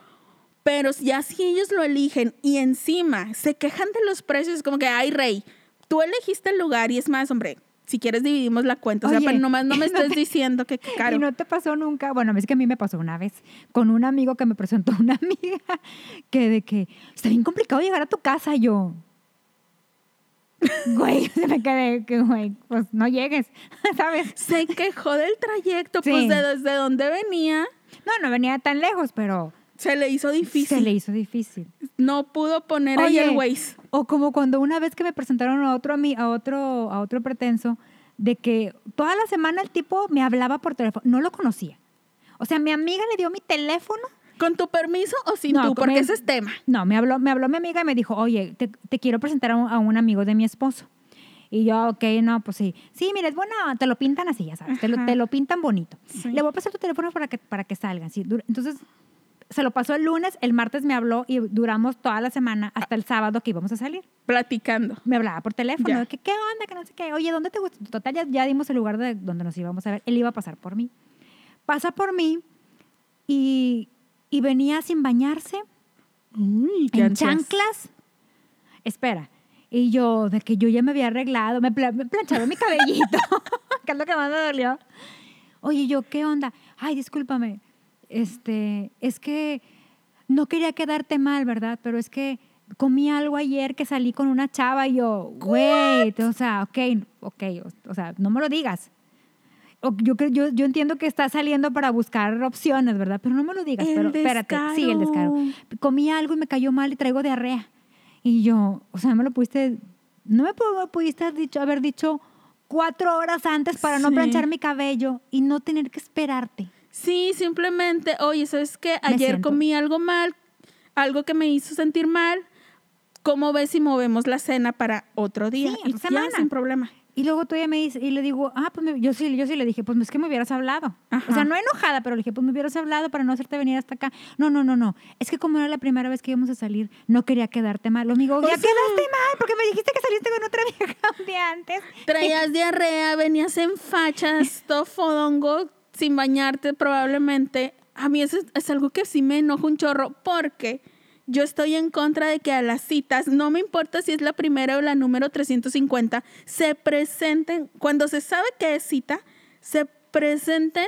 [SPEAKER 1] Pero ya si ellos lo eligen y encima se quejan de los precios, es como que, ay, rey, tú elegiste el lugar y es más, hombre, si quieres dividimos la cuenta. O sea,
[SPEAKER 2] Oye,
[SPEAKER 1] pero nomás
[SPEAKER 2] [LAUGHS]
[SPEAKER 1] no me
[SPEAKER 2] no
[SPEAKER 1] estés
[SPEAKER 2] te-
[SPEAKER 1] diciendo que qué caro.
[SPEAKER 2] Y no te pasó nunca. Bueno, es que a mí me pasó una vez con un amigo que me presentó una [LAUGHS] amiga que de que está bien complicado llegar a tu casa. Yo, güey, se me quedé que, güey, pues no llegues, [LAUGHS] ¿sabes?
[SPEAKER 1] Se quejó del trayecto,
[SPEAKER 2] Sí.
[SPEAKER 1] pues de desde donde venía,
[SPEAKER 2] No, no venía tan lejos, pero
[SPEAKER 1] se le hizo difícil.
[SPEAKER 2] se le hizo difícil.
[SPEAKER 1] No pudo poner ahí
[SPEAKER 2] Oye,
[SPEAKER 1] el Waze.
[SPEAKER 2] O como cuando una vez que me presentaron a otro, ami- a otro, a otro pretenso, de que toda la semana el tipo me hablaba por teléfono, no lo conocía. O sea, mi amiga le dio mi teléfono.
[SPEAKER 1] ¿Con tu permiso o sin
[SPEAKER 2] No,
[SPEAKER 1] tu?
[SPEAKER 2] con
[SPEAKER 1] Porque
[SPEAKER 2] mi-
[SPEAKER 1] ese es tema.
[SPEAKER 2] No, me habló, me habló mi amiga y me dijo, oye, te, te quiero presentar a un, a un amigo de mi esposo. Y yo, ok, no, pues sí. Sí, mira, es buena, te lo pintan así, ya sabes, te lo,
[SPEAKER 1] Ajá.
[SPEAKER 2] te lo pintan bonito.
[SPEAKER 1] Sí.
[SPEAKER 2] Le voy a pasar tu teléfono para que, para que salgan. sí, dura- Entonces, se lo pasó el lunes, el martes me habló y duramos toda la semana hasta el sábado que íbamos a salir.
[SPEAKER 1] Platicando.
[SPEAKER 2] Me hablaba por teléfono,
[SPEAKER 1] Ya.
[SPEAKER 2] de que qué onda, que no sé qué. Oye, ¿dónde te gusta? Total, ya, ya dimos el lugar de donde nos íbamos a ver. Él iba a pasar por mí. Pasa por mí y, y venía sin bañarse,
[SPEAKER 1] Uy, qué
[SPEAKER 2] en
[SPEAKER 1] ansias.
[SPEAKER 2] chanclas. Espera. Y yo, de que yo ya me había arreglado, me, pla- me plancharon mi cabellito, [LAUGHS] que es lo que más me dolió. Oye, yo, ¿qué onda? Ay, discúlpame. Este, es que no quería quedarte mal, ¿verdad? Pero es que comí algo ayer que salí con una chava y yo, güey, o sea, ok, ok, o, o sea, no me lo digas. O- Yo, cre- yo, yo entiendo que estás saliendo para buscar opciones, ¿verdad? Pero no me lo digas,
[SPEAKER 1] El
[SPEAKER 2] pero espérate, sí, el descaro.
[SPEAKER 1] descaro.
[SPEAKER 2] Comí algo y me cayó mal y traigo diarrea. Y yo, o sea, me lo pudiste, no me pu- pudiste haber dicho, haber dicho cuatro horas antes para no
[SPEAKER 1] Sí.
[SPEAKER 2] planchar mi cabello y no tener que esperarte.
[SPEAKER 1] Sí, simplemente, oye, ¿sabes qué?
[SPEAKER 2] Me
[SPEAKER 1] Ayer
[SPEAKER 2] siento.
[SPEAKER 1] comí algo mal, algo que me hizo sentir mal. ¿Cómo ves si movemos la cena para otro día?
[SPEAKER 2] Sí,
[SPEAKER 1] Y
[SPEAKER 2] otra semana.
[SPEAKER 1] Ya, sin problema.
[SPEAKER 2] Y luego todavía me dice, y le digo, ah, pues me- yo, sí, yo sí le dije, pues es que me hubieras hablado.
[SPEAKER 1] Ajá.
[SPEAKER 2] O sea, no enojada, pero le dije, pues me hubieras hablado para no hacerte venir hasta acá. No, no, no, no. Es que como era la primera vez que íbamos a salir, no quería quedarte mal. Lo amigo,
[SPEAKER 1] O
[SPEAKER 2] ya
[SPEAKER 1] sea-
[SPEAKER 2] quedaste mal, porque me dijiste que saliste con otra vieja un día antes.
[SPEAKER 1] Traías diarrea, venías en
[SPEAKER 2] [LAUGHS]
[SPEAKER 1] fachas, todo fodongo, sin bañarte probablemente. A mí eso es, es algo que sí me enoja un chorro porque yo estoy en contra de que a las citas, no me importa si es la primera o la número 350, se presenten, cuando se sabe que es cita, se presenten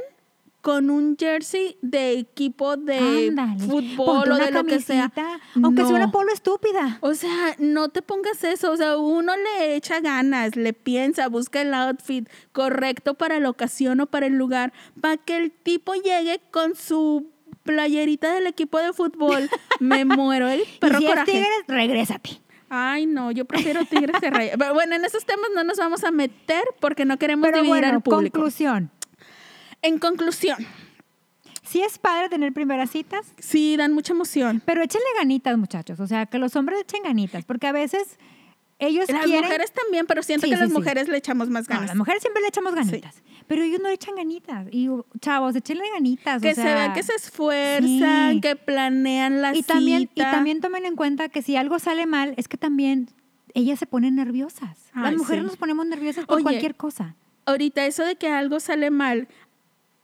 [SPEAKER 1] con un jersey de equipo de
[SPEAKER 2] Ándale,
[SPEAKER 1] fútbol
[SPEAKER 2] ponte
[SPEAKER 1] o
[SPEAKER 2] una
[SPEAKER 1] de lo que sea.
[SPEAKER 2] camisita, Aunque sea una
[SPEAKER 1] No.
[SPEAKER 2] polo estúpida.
[SPEAKER 1] O sea, no te pongas eso. O sea, uno le echa ganas, le piensa, busca el outfit correcto para la ocasión o para el lugar, para que el tipo llegue con su playerita del equipo de
[SPEAKER 2] [LAUGHS]
[SPEAKER 1] fútbol. Me muero el perro
[SPEAKER 2] y si es
[SPEAKER 1] coraje.
[SPEAKER 2] tigres, regrésate.
[SPEAKER 1] Ay, no, yo prefiero tigres que rayas. Pero bueno, en esos temas no nos vamos a meter porque no queremos
[SPEAKER 2] Pero
[SPEAKER 1] dividir
[SPEAKER 2] bueno,
[SPEAKER 1] al público.
[SPEAKER 2] conclusión.
[SPEAKER 1] en conclusión,
[SPEAKER 2] Sí es padre tener primeras citas,
[SPEAKER 1] sí, dan mucha emoción.
[SPEAKER 2] pero échenle ganitas, muchachos. O sea, que los hombres echen ganitas, porque a veces ellos
[SPEAKER 1] Las
[SPEAKER 2] Pues quieren...
[SPEAKER 1] mujeres también, pero siento
[SPEAKER 2] Sí,
[SPEAKER 1] que
[SPEAKER 2] sí,
[SPEAKER 1] las
[SPEAKER 2] sí.
[SPEAKER 1] mujeres le echamos más
[SPEAKER 2] No,
[SPEAKER 1] ganas.
[SPEAKER 2] las mujeres siempre le echamos ganitas, pero ellos no le echan ganitas. Y uh, chavos, echenle ganitas.
[SPEAKER 1] Que
[SPEAKER 2] o
[SPEAKER 1] se
[SPEAKER 2] sea,
[SPEAKER 1] vea que se esfuerzan,
[SPEAKER 2] sí.
[SPEAKER 1] que planean la
[SPEAKER 2] y también Y
[SPEAKER 1] cita.
[SPEAKER 2] también tomen en cuenta que si algo sale mal, es que también ellas se ponen nerviosas. las
[SPEAKER 1] Ay,
[SPEAKER 2] mujeres
[SPEAKER 1] sí.
[SPEAKER 2] nos ponemos nerviosas por
[SPEAKER 1] Oye,
[SPEAKER 2] cualquier cosa.
[SPEAKER 1] Ahorita eso de que algo sale mal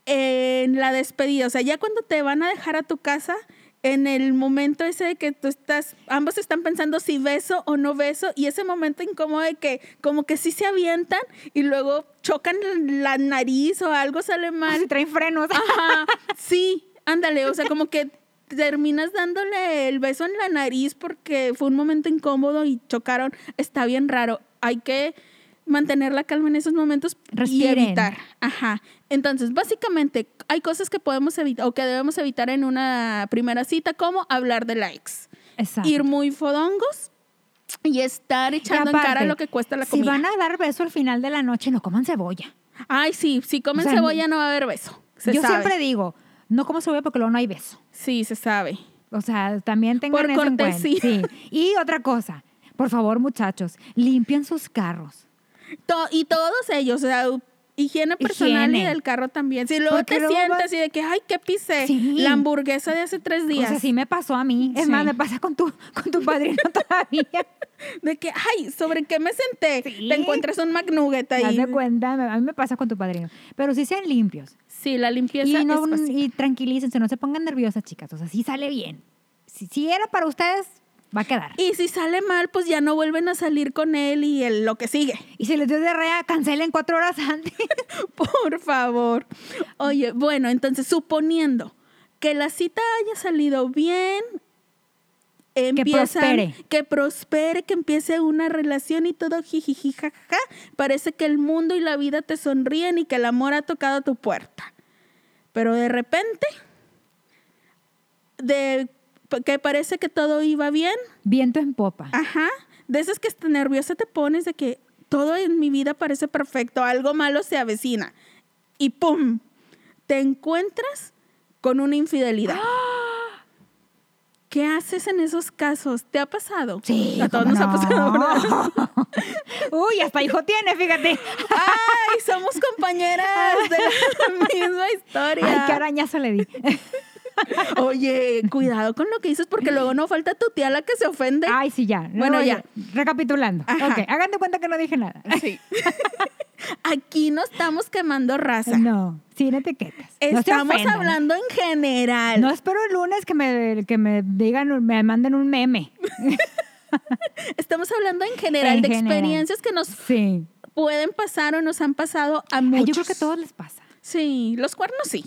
[SPEAKER 1] en la despedida, o sea, ya cuando te van a dejar a tu casa, en el momento ese de que tú estás, ambos están pensando si beso o no beso, y ese momento incómodo de que como que sí se avientan y luego chocan la nariz o algo sale
[SPEAKER 2] Ah,
[SPEAKER 1] mal.
[SPEAKER 2] Si traen [LAUGHS] frenos.
[SPEAKER 1] [LAUGHS] Ajá, sí, ándale, o sea, como que terminas dándole el beso en la nariz porque fue un momento incómodo y chocaron. Está bien raro. Hay que mantener la calma en esos momentos
[SPEAKER 2] Respiren.
[SPEAKER 1] y evitar. Ajá. Entonces, básicamente, hay cosas que podemos evitar o que debemos evitar en una primera cita, como hablar de likes,
[SPEAKER 2] Exacto.
[SPEAKER 1] ir muy fodongos y estar
[SPEAKER 2] Y
[SPEAKER 1] echando en cara
[SPEAKER 2] aparte,
[SPEAKER 1] lo que cuesta la
[SPEAKER 2] Si
[SPEAKER 1] comida.
[SPEAKER 2] van a dar beso al final de la noche, no coman cebolla.
[SPEAKER 1] Ay, sí, si comen
[SPEAKER 2] O sea,
[SPEAKER 1] cebolla no va a haber beso. Se
[SPEAKER 2] Yo
[SPEAKER 1] sabe.
[SPEAKER 2] siempre digo, no como cebolla porque luego no hay beso.
[SPEAKER 1] Sí, se sabe.
[SPEAKER 2] O sea, también tengan
[SPEAKER 1] Por
[SPEAKER 2] eso en cuenta.
[SPEAKER 1] cortesía.
[SPEAKER 2] Sí. Y otra cosa, por favor, muchachos, limpien sus carros.
[SPEAKER 1] To- y todos ellos, o sea, u- higiene personal
[SPEAKER 2] Higiene.
[SPEAKER 1] y del carro también. Si luego
[SPEAKER 2] Porque
[SPEAKER 1] te
[SPEAKER 2] luego
[SPEAKER 1] sientas
[SPEAKER 2] vas-
[SPEAKER 1] y de que, ay, ¿qué pisé?
[SPEAKER 2] Sí.
[SPEAKER 1] La hamburguesa de hace tres
[SPEAKER 2] O
[SPEAKER 1] días.
[SPEAKER 2] sea, sí me pasó a mí. Es
[SPEAKER 1] Sí.
[SPEAKER 2] más, me pasa con tu, con tu padrino [LAUGHS] todavía.
[SPEAKER 1] De que, ay, ¿sobre qué me senté?
[SPEAKER 2] Sí.
[SPEAKER 1] Te encuentras un McNugget
[SPEAKER 2] Haz
[SPEAKER 1] ahí.
[SPEAKER 2] de cuenta, me- a mí me pasa con tu padrino. Pero sí sean limpios.
[SPEAKER 1] Sí, la limpieza
[SPEAKER 2] Y, no,
[SPEAKER 1] es básica.
[SPEAKER 2] y tranquilícense, no se pongan nerviosas, chicas. O sea, sí sale bien. Si, si era para ustedes, va a quedar.
[SPEAKER 1] Y si sale mal, pues ya no vuelven a salir con él y el, lo que sigue.
[SPEAKER 2] Y si les dio diarrea, cancelen cuatro horas antes.
[SPEAKER 1] [LAUGHS] Por favor. Oye, bueno, entonces suponiendo que la cita haya salido bien, empiezan-
[SPEAKER 2] prospere.
[SPEAKER 1] que prospere, que empiece una relación y todo jijiji jajaja, parece que el mundo y la vida te sonríen y que el amor ha tocado tu puerta. Pero de repente de que parece que todo iba bien,
[SPEAKER 2] Viento en popa.
[SPEAKER 1] Ajá. De esas que hasta nerviosa te pones de que todo en mi vida parece perfecto, algo malo se avecina. Y ¡pum! Te encuentras con una infidelidad.
[SPEAKER 2] ¡Ah!
[SPEAKER 1] ¿Qué haces en esos casos? ¿Te ha pasado?
[SPEAKER 2] Sí,
[SPEAKER 1] A todos
[SPEAKER 2] cómo
[SPEAKER 1] nos ha pasado,
[SPEAKER 2] no.
[SPEAKER 1] ¿verdad?
[SPEAKER 2] [LAUGHS] Uy, hasta hijo tiene, fíjate.
[SPEAKER 1] ¡Ay!
[SPEAKER 2] [LAUGHS]
[SPEAKER 1] Somos compañeras de la misma historia.
[SPEAKER 2] Ay, qué arañazo le di.
[SPEAKER 1] Oye, cuidado con lo que dices porque luego no falta tu tía la que se ofende.
[SPEAKER 2] Ay, sí, ya. No,
[SPEAKER 1] Bueno,
[SPEAKER 2] no,
[SPEAKER 1] ya.
[SPEAKER 2] Recapitulando.
[SPEAKER 1] Ajá.
[SPEAKER 2] Ok, hagan de cuenta que no dije nada.
[SPEAKER 1] Sí. [LAUGHS] Aquí no estamos quemando raza.
[SPEAKER 2] No, sin etiquetas. No se
[SPEAKER 1] Estamos
[SPEAKER 2] ofendan.
[SPEAKER 1] hablando en general.
[SPEAKER 2] No espero el lunes que me, que me digan, me manden un [LAUGHS] meme.
[SPEAKER 1] Estamos hablando en general
[SPEAKER 2] En
[SPEAKER 1] de
[SPEAKER 2] general.
[SPEAKER 1] experiencias que nos
[SPEAKER 2] Sí.
[SPEAKER 1] pueden pasar o nos han pasado a
[SPEAKER 2] Ay,
[SPEAKER 1] muchos.
[SPEAKER 2] yo creo que a todos les pasa.
[SPEAKER 1] Sí, los cuernos sí.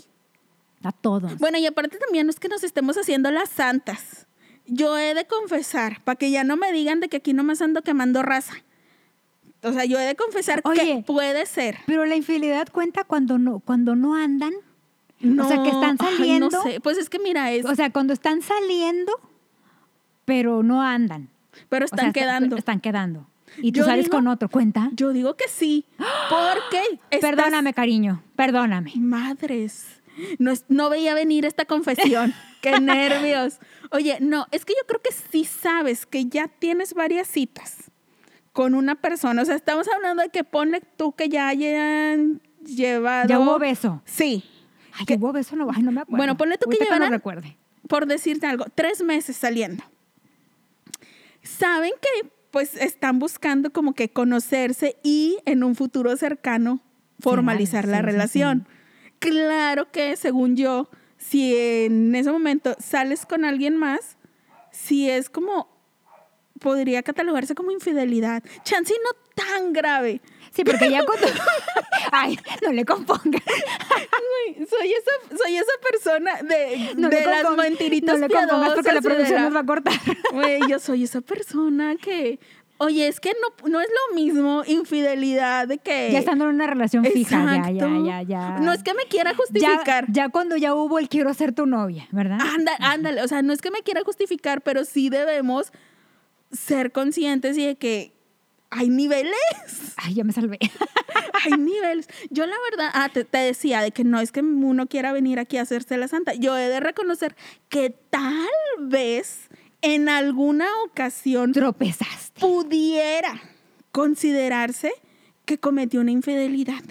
[SPEAKER 2] A todos.
[SPEAKER 1] Bueno, y aparte también no es que nos estemos haciendo las santas. Yo he de confesar, para que ya no me digan de que aquí nomás ando quemando raza. O sea, yo he de confesar que
[SPEAKER 2] Oye.
[SPEAKER 1] puede ser.
[SPEAKER 2] Pero la infidelidad cuenta cuando no, cuando no andan.
[SPEAKER 1] No,
[SPEAKER 2] o sea, que están
[SPEAKER 1] ay,
[SPEAKER 2] saliendo.
[SPEAKER 1] no sé. Pues es que mira, es,
[SPEAKER 2] O sea, cuando están saliendo, pero no andan.
[SPEAKER 1] pero
[SPEAKER 2] O sea,
[SPEAKER 1] están
[SPEAKER 2] está-
[SPEAKER 1] quedando.
[SPEAKER 2] Están quedando. Y tú
[SPEAKER 1] Yo
[SPEAKER 2] sales
[SPEAKER 1] digo-
[SPEAKER 2] con otro, cuenta.
[SPEAKER 1] Yo digo que sí, porque estas-
[SPEAKER 2] [GASPS] Perdóname, cariño. Perdóname.
[SPEAKER 1] Madres, no, es- no veía venir esta
[SPEAKER 2] [LAUGHS]
[SPEAKER 1] confesión. Qué nervios. Oye, no, es que yo creo que sí sabes que ya tienes varias citas con una persona. O sea, estamos hablando de que ponle tú que ya hayan llevado.
[SPEAKER 2] Ya hubo beso.
[SPEAKER 1] Sí,
[SPEAKER 2] Ay,
[SPEAKER 1] ¿Qué?
[SPEAKER 2] hubo beso, no, ay, no me acuerdo.
[SPEAKER 1] Bueno, ponle tú que
[SPEAKER 2] Ahorita
[SPEAKER 1] llevaran-
[SPEAKER 2] no recuerde.
[SPEAKER 1] por decirte algo, tres meses saliendo. Saben que pues están buscando como que conocerse y en un futuro cercano formalizar
[SPEAKER 2] sí,
[SPEAKER 1] la
[SPEAKER 2] sí, sí.
[SPEAKER 1] relación. Claro que según yo, si en ese momento sales con alguien más, si es como podría catalogarse como infidelidad. Chance y no tan grave.
[SPEAKER 2] Sí, porque
[SPEAKER 1] [LAUGHS]
[SPEAKER 2] ya cuando... Ay, no le compongas.
[SPEAKER 1] Güey, soy esa, soy esa persona de,
[SPEAKER 2] No
[SPEAKER 1] de
[SPEAKER 2] le
[SPEAKER 1] las
[SPEAKER 2] compongas.
[SPEAKER 1] mentiritas
[SPEAKER 2] No le compongas porque la
[SPEAKER 1] piadosas y de
[SPEAKER 2] producción
[SPEAKER 1] la-
[SPEAKER 2] nos va a cortar.
[SPEAKER 1] Güey, yo soy esa persona que. Oye, es que no, no es lo mismo infidelidad de que.
[SPEAKER 2] Ya estando en una relación fija, ya, ya,
[SPEAKER 1] Eh, Exacto.
[SPEAKER 2] ya, ya.
[SPEAKER 1] No es que me quiera
[SPEAKER 2] ya,
[SPEAKER 1] justificar. Ah,
[SPEAKER 2] ya cuando ya hubo el quiero ser tu novia, ¿verdad?
[SPEAKER 1] Anda- ándale, o sea, no es que me quiera justificar, pero sí debemos ser conscientes y de que hay niveles. [LAUGHS]
[SPEAKER 2] Ay, ya me salvé. [LAUGHS]
[SPEAKER 1] Hay niveles. Yo la verdad, ah, te, te decía de que no es que uno quiera venir aquí a hacerse la santa. Yo he de reconocer que tal vez en alguna ocasión
[SPEAKER 2] Tropezaste.
[SPEAKER 1] pudiera considerarse que cometió una infidelidad.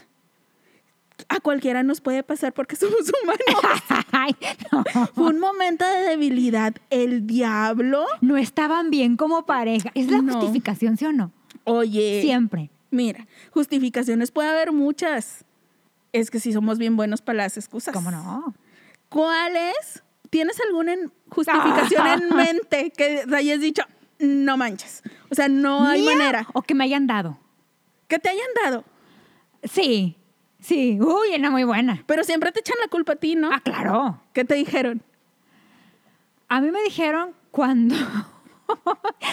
[SPEAKER 1] A cualquiera nos puede pasar porque [LAUGHS] somos humanos.
[SPEAKER 2] Ay, no.
[SPEAKER 1] Fue un momento de debilidad. El diablo.
[SPEAKER 2] No estaban bien como pareja. Es la
[SPEAKER 1] No. Eh,
[SPEAKER 2] justificación, ¿sí o no?
[SPEAKER 1] Oye.
[SPEAKER 2] Siempre.
[SPEAKER 1] Mira, justificaciones puede haber muchas. Es que si somos bien buenos para las excusas.
[SPEAKER 2] ¿Cómo no?
[SPEAKER 1] ¿Cuál es? ¿Tienes alguna en- justificación en
[SPEAKER 2] [LAUGHS]
[SPEAKER 1] mente que hayas dicho, no manches? O sea, no hay
[SPEAKER 2] Mía,
[SPEAKER 1] manera.
[SPEAKER 2] O que me hayan dado.
[SPEAKER 1] Que te hayan dado.
[SPEAKER 2] Sí, sí. Uy, era muy buena.
[SPEAKER 1] Pero siempre te echan la culpa a ti, ¿no?
[SPEAKER 2] Ah, claro.
[SPEAKER 1] ¿Qué te dijeron?
[SPEAKER 2] A mí me dijeron cuando...
[SPEAKER 1] [LAUGHS] No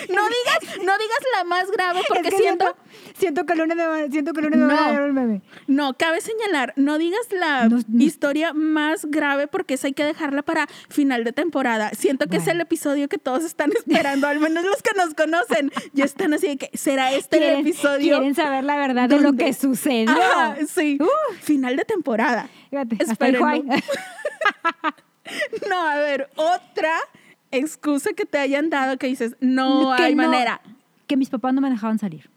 [SPEAKER 1] digas, no digas la más grave porque
[SPEAKER 2] [LAUGHS] Es que
[SPEAKER 1] siento.
[SPEAKER 2] siento... Siento que el lunes me van, siento que el lunes me van a
[SPEAKER 1] No.
[SPEAKER 2] dar un meme.
[SPEAKER 1] No, cabe señalar, no digas la
[SPEAKER 2] No, no.
[SPEAKER 1] historia más grave porque esa hay que dejarla para final de temporada. Siento que es
[SPEAKER 2] Bueno.
[SPEAKER 1] el episodio que todos están esperando, al menos los que nos conocen. Ya están así de que será este el
[SPEAKER 2] ¿Quieren,
[SPEAKER 1] episodio.
[SPEAKER 2] quieren saber la verdad de lo
[SPEAKER 1] donde-
[SPEAKER 2] que sucedió.
[SPEAKER 1] Ajá, sí.
[SPEAKER 2] Uh.
[SPEAKER 1] Final de temporada.
[SPEAKER 2] Fíjate, hasta el
[SPEAKER 1] Espérenlo.
[SPEAKER 2] Juan.
[SPEAKER 1] No, a ver, otra excusa que te hayan dado que dices, no
[SPEAKER 2] [LAUGHS] Que
[SPEAKER 1] hay manera.
[SPEAKER 2] Que mis papás no me dejaban salir.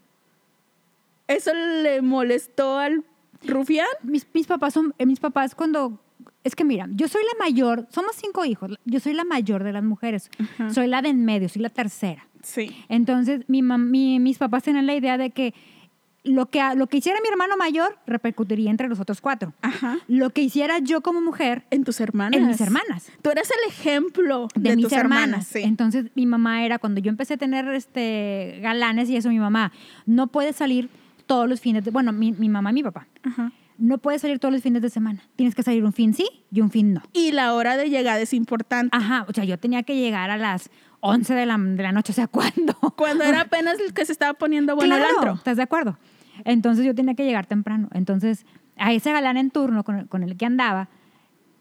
[SPEAKER 1] ¿Eso le molestó al rufián?
[SPEAKER 2] Mis, mis papás son, eh, mis papás cuando, es que mira, yo soy la mayor, somos cinco hijos, yo soy la mayor de las mujeres, soy la de en medio, soy la tercera.
[SPEAKER 1] Sí.
[SPEAKER 2] Entonces, mi mam- mi- mis papás tenían la idea de que lo que, lo que hiciera mi hermano mayor repercutiría entre los otros cuatro.
[SPEAKER 1] Ajá.
[SPEAKER 2] Lo que hiciera yo como mujer
[SPEAKER 1] En tus hermanas.
[SPEAKER 2] En mis hermanas.
[SPEAKER 1] Tú eras el ejemplo de,
[SPEAKER 2] de, mis
[SPEAKER 1] tus
[SPEAKER 2] hermanas.
[SPEAKER 1] hermanas. sí.
[SPEAKER 2] Entonces mi mamá era, cuando yo empecé a tener este, galanes y eso, mi mamá, no puede salir todos los fines de, bueno, mi, mi mamá y mi papá,
[SPEAKER 1] Ajá.
[SPEAKER 2] no puede salir todos los fines de semana. Tienes que salir un fin sí y un fin no.
[SPEAKER 1] Y la hora de llegada es importante.
[SPEAKER 2] Ajá, o sea, yo tenía que llegar a las 11 de la, de la noche, o sea, [LAUGHS] ¿cuándo?
[SPEAKER 1] Cuando era apenas el que se estaba poniendo bueno el
[SPEAKER 2] Claro,
[SPEAKER 1] antro.
[SPEAKER 2] ¿Estás de acuerdo? Entonces yo tenía que llegar temprano. Entonces, a ese galán en turno con el, con el que andaba,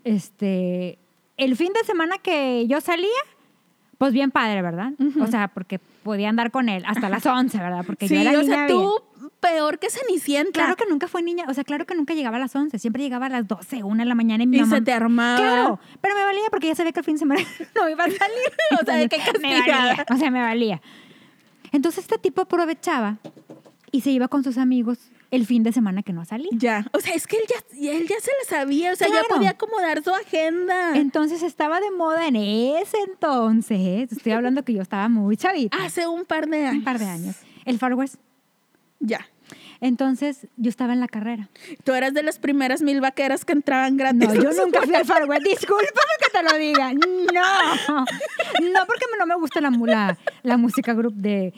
[SPEAKER 2] este, el fin de semana que yo salía, pues bien padre, ¿verdad? O sea, porque podía andar con él hasta las 11, ¿verdad? Porque yo
[SPEAKER 1] Sí,
[SPEAKER 2] era
[SPEAKER 1] o
[SPEAKER 2] niña
[SPEAKER 1] sea,
[SPEAKER 2] bien.
[SPEAKER 1] tú peor que Cenicienta.
[SPEAKER 2] Claro que nunca fue niña, o sea, claro que nunca llegaba a las 11, siempre llegaba a las 12, 1 de la mañana y mi
[SPEAKER 1] Y
[SPEAKER 2] mamá-
[SPEAKER 1] se te armaba.
[SPEAKER 2] Claro, pero me valía porque ya sabía que el fin de semana [LAUGHS] no iba a salir.
[SPEAKER 1] O sea, de que
[SPEAKER 2] Entonces, [LAUGHS] me
[SPEAKER 1] castigada.
[SPEAKER 2] valía, o sea, me valía. Entonces este tipo aprovechaba y se iba con sus amigos el fin de semana que no ha salido.
[SPEAKER 1] Ya, o sea, es que él ya, él ya se la sabía, o sea,
[SPEAKER 2] Claro.
[SPEAKER 1] ya podía acomodar su
[SPEAKER 2] Ah.
[SPEAKER 1] agenda.
[SPEAKER 2] Entonces estaba de moda en ese entonces. Estoy hablando que yo estaba muy chavita.
[SPEAKER 1] Hace un par de años.
[SPEAKER 2] un par de años. El Far West.
[SPEAKER 1] Ya.
[SPEAKER 2] Entonces yo estaba en la carrera.
[SPEAKER 1] Tú eras de las primeras mil vaqueras que entraban gratis.
[SPEAKER 2] No, yo nunca fui al Far West. Discúlpame que te lo diga. No. No porque no me gusta la, mu- la, la música gru- de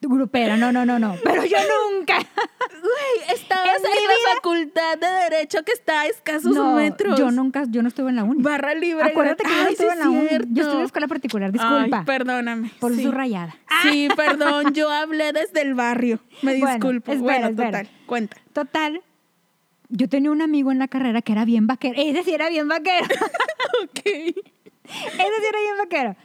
[SPEAKER 2] grupera. No, no, no, no. Pero yo nunca.
[SPEAKER 1] [LAUGHS] Güey, estabas
[SPEAKER 2] En
[SPEAKER 1] en,
[SPEAKER 2] mi vida-
[SPEAKER 1] la facultad de Derecho que está a escasos
[SPEAKER 2] No,
[SPEAKER 1] metros.
[SPEAKER 2] yo nunca, yo no estuve en la uni.
[SPEAKER 1] Barra libre.
[SPEAKER 2] Acuérdate que yo
[SPEAKER 1] Ay,
[SPEAKER 2] no
[SPEAKER 1] sí
[SPEAKER 2] estuve en la uni.
[SPEAKER 1] cierto.
[SPEAKER 2] Yo estuve en la escuela particular, disculpa.
[SPEAKER 1] Ay, perdóname.
[SPEAKER 2] por
[SPEAKER 1] sí.
[SPEAKER 2] su rayada.
[SPEAKER 1] Sí, perdón,
[SPEAKER 2] [LAUGHS]
[SPEAKER 1] yo hablé desde el barrio. Me
[SPEAKER 2] Ah, Bueno,
[SPEAKER 1] disculpo.
[SPEAKER 2] espera,
[SPEAKER 1] Bueno,
[SPEAKER 2] espera.
[SPEAKER 1] total, cuenta.
[SPEAKER 2] Total, yo tenía un amigo en la carrera que era bien vaquero. Ese sí era bien vaquero.
[SPEAKER 1] Ok.
[SPEAKER 2] Ese sí era bien vaquero.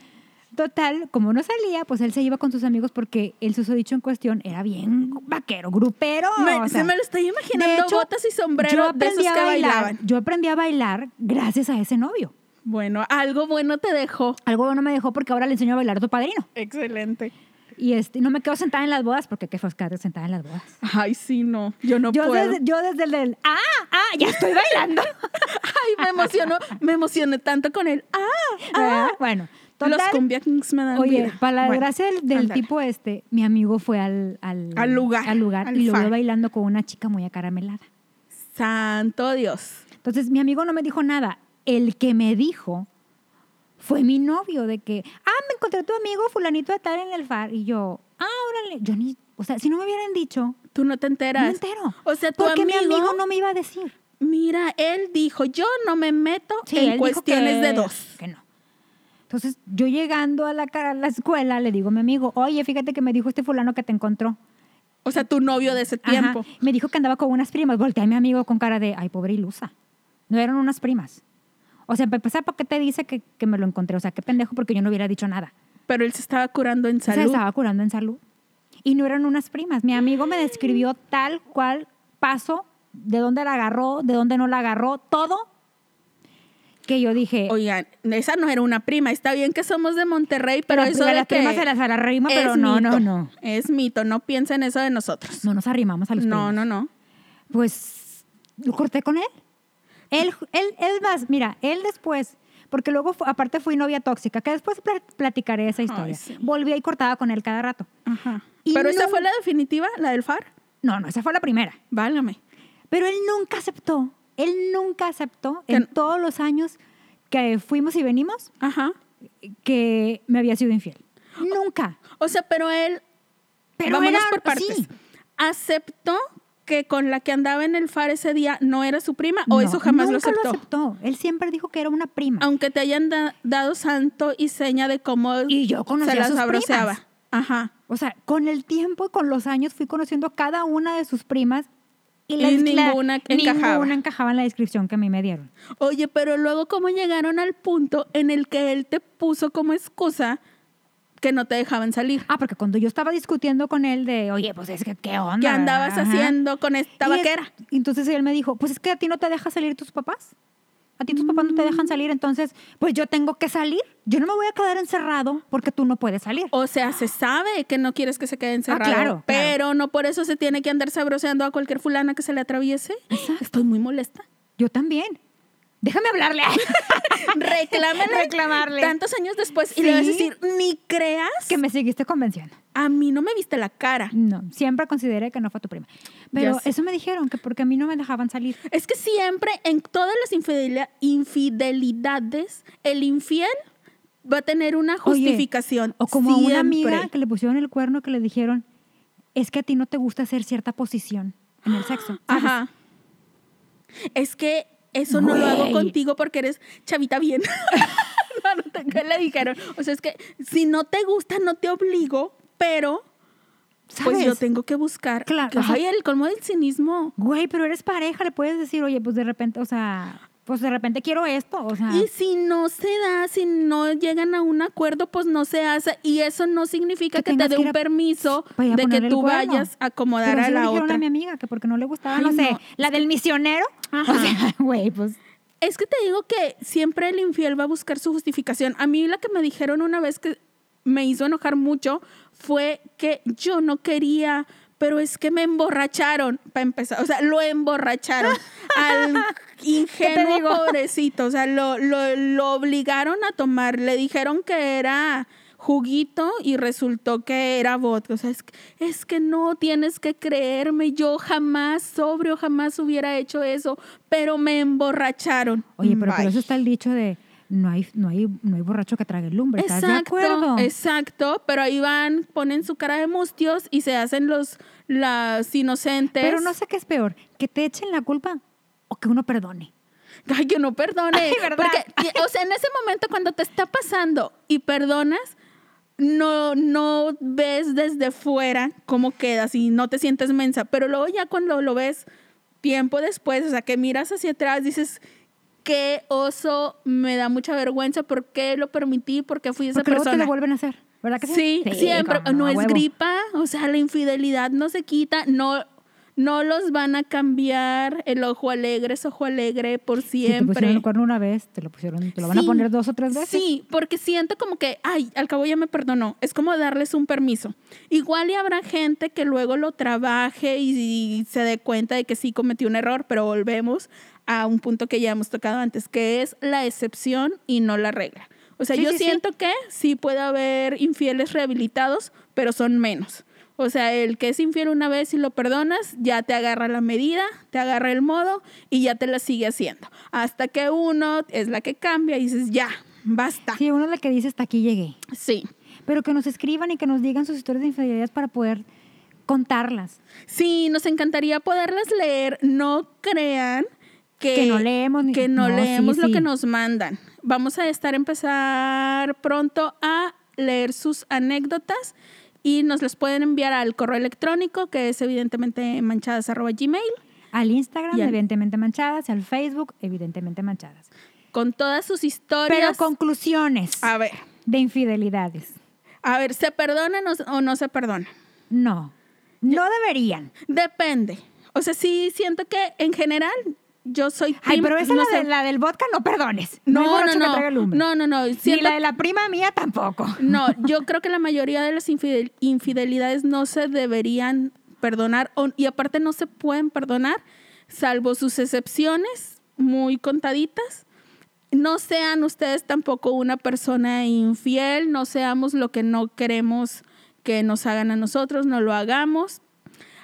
[SPEAKER 2] Total, como no salía, pues él se iba con sus amigos porque el susodicho en cuestión era bien vaquero, grupero.
[SPEAKER 1] Me-
[SPEAKER 2] o sea,
[SPEAKER 1] se me lo estoy imaginando
[SPEAKER 2] de hecho,
[SPEAKER 1] botas y sombrero de esos que
[SPEAKER 2] a bailar,
[SPEAKER 1] bailaban.
[SPEAKER 2] Yo aprendí a bailar gracias a ese novio.
[SPEAKER 1] Bueno, algo bueno te dejó.
[SPEAKER 2] Algo bueno me dejó porque ahora le enseño a bailar a tu padrino.
[SPEAKER 1] Excelente.
[SPEAKER 2] Y este, no me quedo sentada en las bodas porque qué fue quedarte sentada en las bodas.
[SPEAKER 1] Ay, sí, no. Yo no
[SPEAKER 2] yo,
[SPEAKER 1] puedo.
[SPEAKER 2] desde, yo desde el del, ah, ah, ya estoy bailando. [LAUGHS]
[SPEAKER 1] Ay, me emocionó. me emocioné tanto con él. [LAUGHS] Ah,
[SPEAKER 2] Ah, bueno, total,
[SPEAKER 1] los cumbia kings me dan
[SPEAKER 2] Oye,
[SPEAKER 1] vida.
[SPEAKER 2] para la
[SPEAKER 1] Bueno,
[SPEAKER 2] desgracia del, del
[SPEAKER 1] ándale.
[SPEAKER 2] tipo este, mi amigo fue al, al,
[SPEAKER 1] Al lugar,
[SPEAKER 2] al lugar
[SPEAKER 1] al
[SPEAKER 2] y lo vio
[SPEAKER 1] far.
[SPEAKER 2] bailando con una chica muy acaramelada.
[SPEAKER 1] Santo Dios.
[SPEAKER 2] Entonces, mi amigo no me dijo nada. El que me dijo fue mi novio de que, ah, me encontré a tu amigo fulanito de tal en el far. Y yo, ah, órale. Yo ni, o sea, si no me hubieran dicho,
[SPEAKER 1] Tú no te enteras.
[SPEAKER 2] no entero.
[SPEAKER 1] O sea, tu
[SPEAKER 2] Porque
[SPEAKER 1] amigo,
[SPEAKER 2] mi amigo no me iba a decir.
[SPEAKER 1] Mira, él dijo, yo no me meto
[SPEAKER 2] Sí, él
[SPEAKER 1] en
[SPEAKER 2] dijo
[SPEAKER 1] cuestiones
[SPEAKER 2] que-
[SPEAKER 1] de dos.
[SPEAKER 2] Que no. Entonces, yo llegando a la, ca- a la escuela, le digo a mi amigo, oye, fíjate que me dijo este fulano que te encontró.
[SPEAKER 1] O sea, tu novio de ese
[SPEAKER 2] Ajá.
[SPEAKER 1] tiempo.
[SPEAKER 2] Me dijo que andaba con unas primas. Volteé a mi amigo con cara de, ay, pobre ilusa. No eran unas primas. O sea, para empezar, ¿por qué te dice que, que me lo encontré? O sea, qué pendejo, porque yo no hubiera dicho nada.
[SPEAKER 1] Pero él se estaba curando en
[SPEAKER 2] O sea,
[SPEAKER 1] salud.
[SPEAKER 2] estaba curando en salud. Y no eran unas primas. Mi amigo me describió tal cual paso, de dónde la agarró, de dónde no la agarró, todo. Que yo dije,
[SPEAKER 1] Oigan, esa no era una prima. Está bien que somos de Monterrey, pero,
[SPEAKER 2] Pero
[SPEAKER 1] eso
[SPEAKER 2] a
[SPEAKER 1] de
[SPEAKER 2] las
[SPEAKER 1] que
[SPEAKER 2] primas se las- a la rima,
[SPEAKER 1] es
[SPEAKER 2] pero no, no,
[SPEAKER 1] mito.
[SPEAKER 2] no.
[SPEAKER 1] Es mito, no piensen eso de nosotros.
[SPEAKER 2] no nos arrimamos a los
[SPEAKER 1] No,
[SPEAKER 2] primos.
[SPEAKER 1] no, no.
[SPEAKER 2] pues lo corté con él. Él, él, él más, mira, él después, porque luego fu- aparte fui novia tóxica, que después pla- platicaré esa historia.
[SPEAKER 1] sí.
[SPEAKER 2] Volvía y cortaba con él cada rato.
[SPEAKER 1] Ajá.
[SPEAKER 2] Y
[SPEAKER 1] Pero esa
[SPEAKER 2] no-
[SPEAKER 1] fue la definitiva, la del FAR.
[SPEAKER 2] No, no, esa fue la primera.
[SPEAKER 1] Válgame.
[SPEAKER 2] Pero él nunca aceptó, él nunca aceptó
[SPEAKER 1] Que
[SPEAKER 2] en
[SPEAKER 1] no-
[SPEAKER 2] todos los años que fuimos y venimos
[SPEAKER 1] Ajá.
[SPEAKER 2] que me había sido infiel. Nunca.
[SPEAKER 1] O sea, pero él.
[SPEAKER 2] Pero
[SPEAKER 1] Vámonos
[SPEAKER 2] era-
[SPEAKER 1] por partes.
[SPEAKER 2] sí.
[SPEAKER 1] ¿Aceptó que con la que andaba en el FAR ese día no era su prima? ¿O
[SPEAKER 2] No,
[SPEAKER 1] eso jamás
[SPEAKER 2] nunca
[SPEAKER 1] lo aceptó?
[SPEAKER 2] Él siempre dijo que era una prima.
[SPEAKER 1] Aunque te hayan da- dado santo y seña de cómo
[SPEAKER 2] Y yo conocía
[SPEAKER 1] se
[SPEAKER 2] a
[SPEAKER 1] las
[SPEAKER 2] sus
[SPEAKER 1] sabroseaba.
[SPEAKER 2] primas.
[SPEAKER 1] Ajá.
[SPEAKER 2] O sea, con el tiempo y con los años fui conociendo cada una de sus primas y, la-
[SPEAKER 1] Y
[SPEAKER 2] la-
[SPEAKER 1] ninguna encajaba.
[SPEAKER 2] ninguna encajaba en la descripción que a mí me dieron.
[SPEAKER 1] Oye, pero luego cómo llegaron al punto en el que él te puso como excusa que no te dejaban salir.
[SPEAKER 2] Ah, porque cuando yo estaba discutiendo con él de, oye, pues es que, ¿qué onda?
[SPEAKER 1] ¿Qué andabas
[SPEAKER 2] verdad? Ajá.
[SPEAKER 1] haciendo con esta
[SPEAKER 2] Y es-
[SPEAKER 1] vaquera?
[SPEAKER 2] entonces él me dijo, pues es que a ti no te dejan salir tus papás. A ti tus papás no te
[SPEAKER 1] Mm.
[SPEAKER 2] dejan salir, entonces, pues yo tengo que salir. Yo no me voy a quedar encerrado porque tú no puedes salir.
[SPEAKER 1] O sea, se sabe que no quieres que se quede encerrado.
[SPEAKER 2] Ah, claro, claro.
[SPEAKER 1] Pero no por eso se tiene que andar sabroseando a cualquier fulana que se le atraviese. Estoy muy
[SPEAKER 2] [LAUGHS]
[SPEAKER 1] molesta.
[SPEAKER 2] Yo también. Déjame hablarle.
[SPEAKER 1] Reclámale.
[SPEAKER 2] Reclamarle.
[SPEAKER 1] Tantos años después y le vas a
[SPEAKER 2] Sí.
[SPEAKER 1] decir, ni creas
[SPEAKER 2] [LAUGHS] que me seguiste convenciendo.
[SPEAKER 1] a mí no me viste la cara.
[SPEAKER 2] No, siempre consideré que no fue tu prima. Pero
[SPEAKER 1] sé.
[SPEAKER 2] eso me dijeron, que porque a mí no me dejaban salir.
[SPEAKER 1] Es que siempre en todas las infidelia- infidelidades, el infiel va a tener una
[SPEAKER 2] Oye,
[SPEAKER 1] justificación.
[SPEAKER 2] o como a una amiga
[SPEAKER 1] Siempre.
[SPEAKER 2] que le pusieron el cuerno que le dijeron, es que a ti no te gusta hacer cierta posición en el sexo. ¿sabes?
[SPEAKER 1] [GASPS] Ajá. Es que eso no lo hago
[SPEAKER 2] Güey.
[SPEAKER 1] contigo porque eres chavita bien. [LAUGHS] no, no te- ¿qué le dijeron. O sea, es que si no te gusta, no te obligo, pero
[SPEAKER 2] ¿Sabes?
[SPEAKER 1] pues yo tengo que buscar.
[SPEAKER 2] Claro,
[SPEAKER 1] Que-
[SPEAKER 2] o sea-
[SPEAKER 1] Ay, el colmo del cinismo.
[SPEAKER 2] Güey, pero eres pareja, le puedes decir, oye, pues de repente, o sea, pues de repente quiero esto, o sea.
[SPEAKER 1] Y si no se da, si no llegan a un acuerdo, pues no se hace. Y eso no significa
[SPEAKER 2] Que
[SPEAKER 1] que, te
[SPEAKER 2] tengas
[SPEAKER 1] dé
[SPEAKER 2] que ir
[SPEAKER 1] un
[SPEAKER 2] a-
[SPEAKER 1] permiso
[SPEAKER 2] Voy
[SPEAKER 1] de
[SPEAKER 2] a
[SPEAKER 1] que
[SPEAKER 2] ponerle el
[SPEAKER 1] tú
[SPEAKER 2] cuerno.
[SPEAKER 1] vayas a acomodar
[SPEAKER 2] Pero
[SPEAKER 1] a
[SPEAKER 2] sí le
[SPEAKER 1] la
[SPEAKER 2] dijeron
[SPEAKER 1] otra.
[SPEAKER 2] a mi amiga que porque no le gustaba,
[SPEAKER 1] Ay,
[SPEAKER 2] no sé,
[SPEAKER 1] no.
[SPEAKER 2] la del misionero.
[SPEAKER 1] Ajá.
[SPEAKER 2] [LAUGHS] O sea, güey, pues.
[SPEAKER 1] Es que te digo que siempre el infiel va a buscar su justificación. A mí la que me dijeron una vez que me hizo enojar mucho fue que yo no quería pero es que me emborracharon, para empezar, o sea, lo
[SPEAKER 2] [LAUGHS]
[SPEAKER 1] emborracharon al ingenuo
[SPEAKER 2] digo?
[SPEAKER 1] pobrecito, o sea, lo, lo, lo obligaron a tomar, le dijeron que era juguito y resultó que era vodka, o sea, es que, es que no tienes que creerme, yo jamás sobrio, jamás hubiera hecho eso, pero me emborracharon.
[SPEAKER 2] Oye, pero por
[SPEAKER 1] Bye.
[SPEAKER 2] eso está el dicho de no hay, no hay, no hay borracho que trague lumbre. ¿Estás de acuerdo?
[SPEAKER 1] exacto, pero ahí van, ponen su cara de mustios y se hacen los las inocentes.
[SPEAKER 2] Pero no sé qué es peor, que te echen la culpa o que uno perdone.
[SPEAKER 1] [LAUGHS] Ay, que no perdone.
[SPEAKER 2] Ay, ¿verdad?
[SPEAKER 1] Porque, o sea, en ese momento cuando te está pasando y perdonas, no, no ves desde fuera cómo quedas y no te sientes mensa. Pero luego ya cuando lo ves tiempo después, o sea, que miras hacia atrás, dices, qué oso, me da mucha vergüenza, ¿por qué lo permití? ¿Por qué fui esa
[SPEAKER 2] Porque luego te
[SPEAKER 1] persona?
[SPEAKER 2] lo vuelven a hacer, ¿verdad que sí?
[SPEAKER 1] Sí, siempre.
[SPEAKER 2] cómo
[SPEAKER 1] No, es
[SPEAKER 2] huevo.
[SPEAKER 1] gripa, o sea, la infidelidad no se quita, no, no los van a cambiar. El ojo alegre es ojo alegre por
[SPEAKER 2] Si te pusieron
[SPEAKER 1] siempre.
[SPEAKER 2] el cuerno una vez, te lo pusieron, te lo van a
[SPEAKER 1] Sí,
[SPEAKER 2] poner dos o tres veces.
[SPEAKER 1] Sí, porque siento como que, ay, al cabo ya me perdonó. Es como darles un permiso. Igual y habrá gente que luego lo trabaje y, y se dé cuenta de que sí cometió un error, pero volvemos a un punto que ya hemos tocado antes, que es la excepción y no la regla. O sea,
[SPEAKER 2] Sí,
[SPEAKER 1] yo
[SPEAKER 2] sí, sí.
[SPEAKER 1] siento que sí puede haber infieles rehabilitados, pero son menos. O sea, el que es infiel una vez y lo perdonas, ya te agarra la medida, te agarra el modo y ya te la sigue haciendo. Hasta que uno es la que cambia y dices, ya, basta.
[SPEAKER 2] Sí, uno es la que dice hasta aquí llegué.
[SPEAKER 1] Sí.
[SPEAKER 2] Pero que nos escriban y que nos digan sus historias de infidelidades para poder contarlas.
[SPEAKER 1] Sí, nos encantaría poderlas leer. No crean que,
[SPEAKER 2] Que no leemos ni-
[SPEAKER 1] que no
[SPEAKER 2] no, sí,
[SPEAKER 1] leemos lo
[SPEAKER 2] sí.
[SPEAKER 1] que nos mandan. Vamos a estar empezar pronto a leer sus anécdotas y nos las pueden enviar al correo electrónico que es evidentemente manchadas@gmail
[SPEAKER 2] Al Instagram,
[SPEAKER 1] Y al-
[SPEAKER 2] evidentemente manchadas, y al Facebook, evidentemente manchadas.
[SPEAKER 1] con todas sus
[SPEAKER 2] Pero
[SPEAKER 1] historias. Ah.
[SPEAKER 2] conclusiones
[SPEAKER 1] A ver,
[SPEAKER 2] de infidelidades.
[SPEAKER 1] a ver, ¿se perdonan o- o no se perdonan?
[SPEAKER 2] No, no deberían.
[SPEAKER 1] Depende. O sea, sí siento que en general yo soy
[SPEAKER 2] Ay,
[SPEAKER 1] team,
[SPEAKER 2] pero esa
[SPEAKER 1] no
[SPEAKER 2] la,
[SPEAKER 1] sé.
[SPEAKER 2] de- la del vodka no perdones. hay
[SPEAKER 1] No, no,
[SPEAKER 2] borracho que
[SPEAKER 1] no.
[SPEAKER 2] traiga lumbre.
[SPEAKER 1] No, no, no.
[SPEAKER 2] Ni
[SPEAKER 1] Siento
[SPEAKER 2] la de la prima mía tampoco.
[SPEAKER 1] No, yo creo que la mayoría de las infidel- infidelidades no se deberían perdonar o- y aparte no se pueden perdonar, salvo sus excepciones muy contaditas. No sean ustedes tampoco una persona infiel, no seamos lo que no queremos que nos hagan a nosotros, no lo hagamos.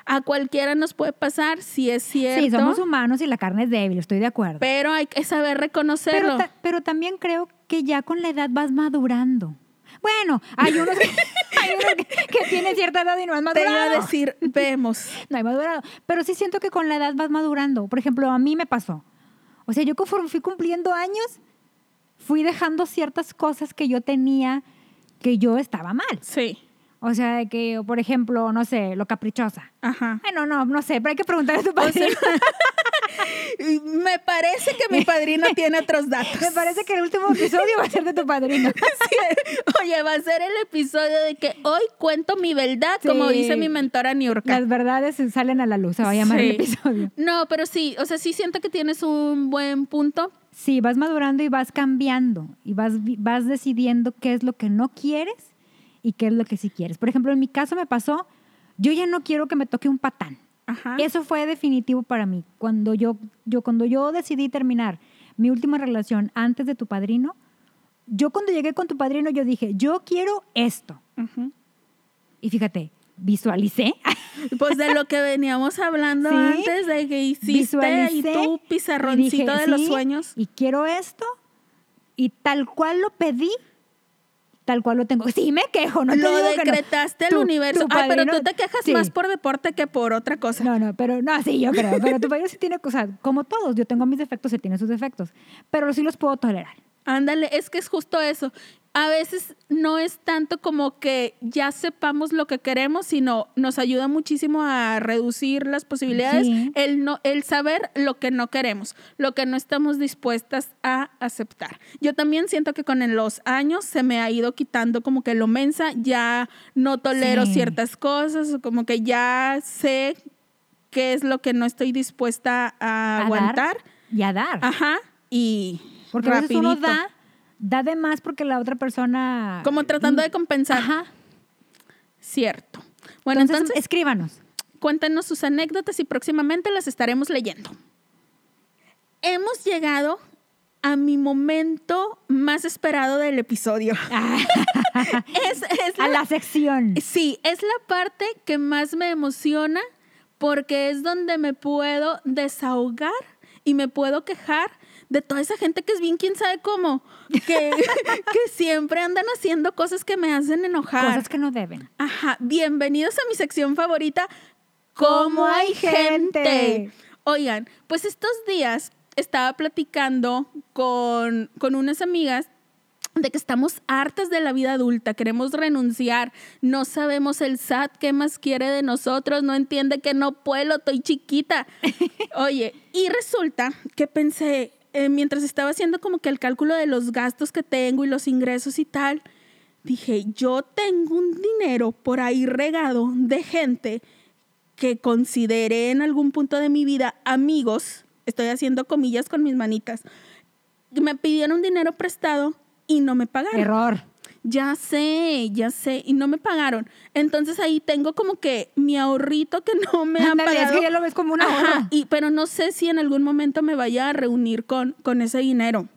[SPEAKER 1] A cualquiera nos puede pasar, si es cierto,
[SPEAKER 2] Sí, somos humanos y la carne es débil, estoy de acuerdo.
[SPEAKER 1] pero hay que saber reconocerlo.
[SPEAKER 2] Pero, ta- pero también creo que ya con la edad vas madurando. Bueno, hay unos que, [LAUGHS] hay unos que, que tienen cierta edad y no han
[SPEAKER 1] Te
[SPEAKER 2] madurado.
[SPEAKER 1] iba a decir, vemos.
[SPEAKER 2] No hay madurado. Pero sí siento que con la edad vas madurando. Por ejemplo, a mí me pasó. O sea, yo conforme fui cumpliendo años, fui dejando ciertas cosas que yo tenía que yo estaba mal.
[SPEAKER 1] Sí,
[SPEAKER 2] O sea, de que, por ejemplo, no sé, lo caprichosa.
[SPEAKER 1] ajá.
[SPEAKER 2] Bueno, no, no sé, pero hay que preguntarle a tu padrino. [LAUGHS]
[SPEAKER 1] Me parece que mi
[SPEAKER 2] [LAUGHS]
[SPEAKER 1] padrino tiene otros datos.
[SPEAKER 2] me parece que el último episodio va a ser de tu padrino.
[SPEAKER 1] Sí. Oye, va a ser el episodio de que hoy cuento mi verdad,
[SPEAKER 2] Sí.
[SPEAKER 1] como dice mi mentora Niurka.
[SPEAKER 2] Las verdades salen a la luz, se va a llamar
[SPEAKER 1] Sí.
[SPEAKER 2] el episodio.
[SPEAKER 1] No, pero sí, o sea, sí siento que tienes un buen punto.
[SPEAKER 2] Sí, vas madurando y vas cambiando y vas, vi- vas decidiendo qué es lo que no quieres y qué es lo que sí quieres. Por ejemplo, en mi caso me pasó, yo ya no quiero que me toque un patán.
[SPEAKER 1] Ajá.
[SPEAKER 2] Eso fue definitivo para mí. Cuando yo, yo, cuando yo decidí terminar mi última relación antes de tu padrino, yo cuando llegué con tu padrino, yo dije, yo quiero esto.
[SPEAKER 1] Ujú.
[SPEAKER 2] Y fíjate, visualicé. [LAUGHS]
[SPEAKER 1] Pues de lo que veníamos hablando
[SPEAKER 2] Sí.
[SPEAKER 1] antes, de que hiciste y
[SPEAKER 2] visualicé
[SPEAKER 1] tú
[SPEAKER 2] y
[SPEAKER 1] pizarroncito
[SPEAKER 2] dije,
[SPEAKER 1] de los
[SPEAKER 2] "Sí,
[SPEAKER 1] sueños.
[SPEAKER 2] Y quiero esto. Y tal cual lo pedí, tal cual lo tengo. Sí, me quejo, no te
[SPEAKER 1] lo
[SPEAKER 2] digo que no.
[SPEAKER 1] decretaste
[SPEAKER 2] Tu-
[SPEAKER 1] el universo.
[SPEAKER 2] tu
[SPEAKER 1] Ay, pero tú
[SPEAKER 2] padrino-
[SPEAKER 1] te quejas
[SPEAKER 2] sí.
[SPEAKER 1] más por deporte que por otra cosa.
[SPEAKER 2] No, no, pero no, sí, yo creo. Pero tu padrino sí tiene cosas. Como todos, yo tengo mis defectos, él tiene sus defectos. Pero sí los puedo tolerar.
[SPEAKER 1] Ándale, es que es justo eso. A veces no es tanto como que ya sepamos lo que queremos, sino nos ayuda muchísimo a reducir las posibilidades,
[SPEAKER 2] Sí.
[SPEAKER 1] el, no, el saber lo que no queremos, lo que no estamos dispuestas a aceptar. Yo también siento que con el- los años se me ha ido quitando como que lo mensa, ya no tolero
[SPEAKER 2] Sí.
[SPEAKER 1] ciertas cosas, o como que ya sé qué es lo que no estoy dispuesta a,
[SPEAKER 2] A dar
[SPEAKER 1] aguantar.
[SPEAKER 2] Y a dar.
[SPEAKER 1] Ajá. Y
[SPEAKER 2] porque a veces uno
[SPEAKER 1] rapidito.
[SPEAKER 2] da, da de más porque la otra persona.
[SPEAKER 1] Como tratando de compensar.
[SPEAKER 2] Ajá.
[SPEAKER 1] Cierto. Bueno, entonces,
[SPEAKER 2] escríbanos.
[SPEAKER 1] Cuéntanos sus anécdotas y próximamente las estaremos leyendo. Hemos llegado a mi momento más esperado del episodio. [LAUGHS] es, es
[SPEAKER 2] a la sección.
[SPEAKER 1] Sí, es la parte que más me emociona porque es donde me puedo desahogar y me puedo quejar de toda esa gente que es bien quién sabe cómo, que, que siempre andan haciendo cosas que me hacen enojar.
[SPEAKER 2] Cosas que no deben.
[SPEAKER 1] Ajá, bienvenidos a mi sección favorita, ¿Cómo hay gente? Oigan, pues estos días estaba platicando con, con unas amigas de que estamos hartas de la vida adulta, queremos renunciar, no sabemos el SAT qué más quiere de nosotros, no entiende que no puedo, estoy chiquita. Oye, y resulta que pensé, eh, mientras estaba haciendo como que el cálculo de los gastos que tengo y los ingresos y tal, dije, yo tengo un dinero por ahí regado de gente que consideré en algún punto de mi vida amigos, estoy haciendo comillas con mis manitas, me pidieron dinero prestado y no me pagaron.
[SPEAKER 2] Error.
[SPEAKER 1] Ya sé, ya sé, y no me pagaron. Entonces ahí tengo como que mi ahorrito que no me han
[SPEAKER 2] Ándale,
[SPEAKER 1] pagado.
[SPEAKER 2] es que ya lo ves como una
[SPEAKER 1] Ajá,
[SPEAKER 2] hora.
[SPEAKER 1] y, pero no sé si en algún momento me vaya a reunir con, con ese dinero.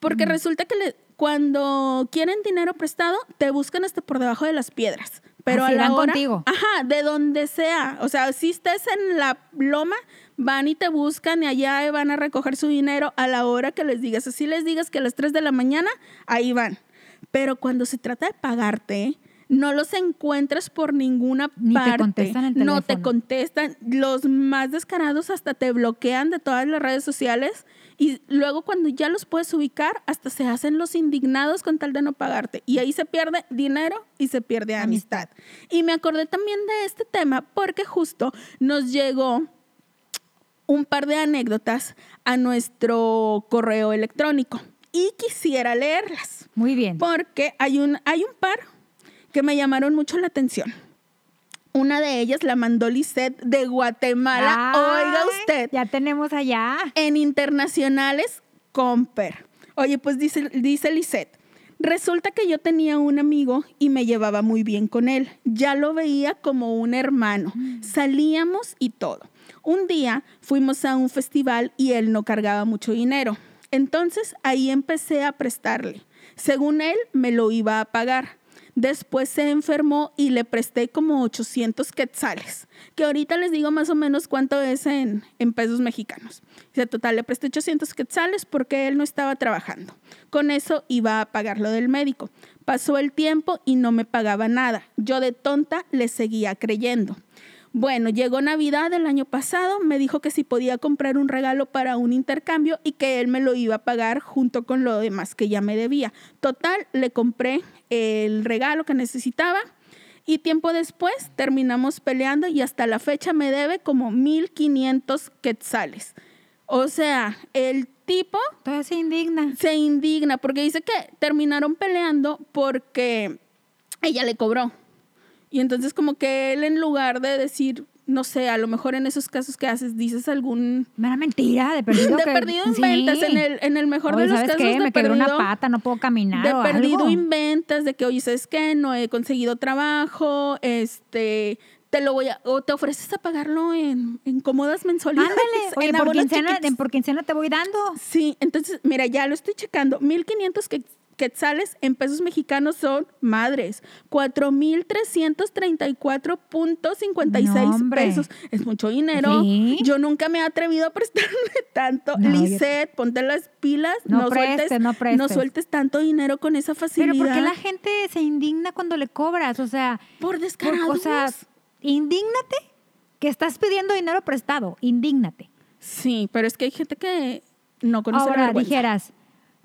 [SPEAKER 1] Porque resulta que le- cuando quieren dinero prestado, te buscan hasta por debajo de las piedras. Pero
[SPEAKER 2] Así
[SPEAKER 1] a la
[SPEAKER 2] dan
[SPEAKER 1] hora,
[SPEAKER 2] contigo.
[SPEAKER 1] Ajá, de donde sea. O sea, si estés en la loma, van y te buscan y allá van a recoger su dinero a la hora que les digas. Así les digas que a las 3 de la mañana, ahí van. Pero cuando se trata de pagarte, no los encuentras por ninguna
[SPEAKER 2] Ni te
[SPEAKER 1] parte.
[SPEAKER 2] contestan el
[SPEAKER 1] No te
[SPEAKER 2] teléfono.
[SPEAKER 1] contestan. Los más descarados hasta te bloquean de todas las redes sociales y luego cuando ya los puedes ubicar, hasta se hacen los indignados con tal de no pagarte. Y ahí se pierde dinero y se pierde amistad. Y me acordé también de este tema porque justo nos llegó un par de anécdotas a nuestro correo electrónico y quisiera leerlas
[SPEAKER 2] Muy bien.
[SPEAKER 1] porque hay un, hay un par que me llamaron mucho la atención. Una de ellas la mandó Lisette de Guatemala.
[SPEAKER 2] Ay,
[SPEAKER 1] Oiga usted,
[SPEAKER 2] Ya tenemos allá.
[SPEAKER 1] [LAUGHS] en internacionales, Comper. Oye, pues dice, dice Lisette. Resulta que yo tenía un amigo y me llevaba muy bien con él. Ya lo veía como un hermano. Salíamos y todo. Un día fuimos a un festival y él no cargaba mucho dinero. Entonces ahí empecé a prestarle. Según él, me lo iba a pagar. Después se enfermó y le presté como 800 quetzales, que ahorita les digo más o menos cuánto es en, en pesos mexicanos. Dice, total, le presté 800 quetzales porque él no estaba trabajando. Con eso iba a pagar lo del médico. Pasó el tiempo y no me pagaba nada. Yo de tonta le seguía creyendo. Bueno, llegó Navidad del año pasado, me dijo que si podía comprar un regalo para un intercambio y que él me lo iba a pagar junto con lo demás que ya me debía. Total, le compré el regalo que necesitaba y tiempo después terminamos peleando y hasta la fecha me debe como 1500 quetzales. O sea, el tipo
[SPEAKER 2] Todavía se indigna.
[SPEAKER 1] se indigna porque dice que terminaron peleando porque ella le cobró. Y entonces como que él en lugar de decir, no sé, a lo mejor en esos casos que haces, dices algún...
[SPEAKER 2] Mera mentira, de perdido.
[SPEAKER 1] De
[SPEAKER 2] que-
[SPEAKER 1] perdido
[SPEAKER 2] sí.
[SPEAKER 1] inventas en el, en el mejor
[SPEAKER 2] Oye,
[SPEAKER 1] de los
[SPEAKER 2] ¿sabes
[SPEAKER 1] casos
[SPEAKER 2] qué?
[SPEAKER 1] de
[SPEAKER 2] Me quebré una
[SPEAKER 1] perdido-
[SPEAKER 2] pata, no puedo caminar
[SPEAKER 1] de
[SPEAKER 2] o
[SPEAKER 1] perdido
[SPEAKER 2] algo.
[SPEAKER 1] inventas de que, oye, ¿sabes qué? No he conseguido trabajo, este, te lo voy a, o te ofreces a pagarlo en, en cómodas mensualidades. [LAUGHS]
[SPEAKER 2] Ándale, oye,
[SPEAKER 1] en
[SPEAKER 2] por
[SPEAKER 1] abonos
[SPEAKER 2] quincena,
[SPEAKER 1] chiquitos.
[SPEAKER 2] en por quincena te voy dando.
[SPEAKER 1] Sí, entonces, mira, ya lo estoy checando. 1500 que- quetzales en pesos mexicanos son madres. 4334.56
[SPEAKER 2] No, hombre.
[SPEAKER 1] pesos. Es mucho dinero.
[SPEAKER 2] Sí.
[SPEAKER 1] Yo nunca me he atrevido a prestarle [LAUGHS] tanto.
[SPEAKER 2] No, yo-
[SPEAKER 1] Lisette, ponte las pilas.
[SPEAKER 2] No
[SPEAKER 1] No, sueltes,
[SPEAKER 2] prestes, no prestes.
[SPEAKER 1] sueltes tanto dinero con esa facilidad.
[SPEAKER 2] Pero ¿por qué la gente se indigna cuando le cobras? O sea,
[SPEAKER 1] Por
[SPEAKER 2] por-
[SPEAKER 1] descarados.
[SPEAKER 2] o sea, indígnate que estás pidiendo dinero prestado. Indígnate.
[SPEAKER 1] sí, pero es que hay gente que no conoce la
[SPEAKER 2] Ahora
[SPEAKER 1] vergüenza.
[SPEAKER 2] dijeras,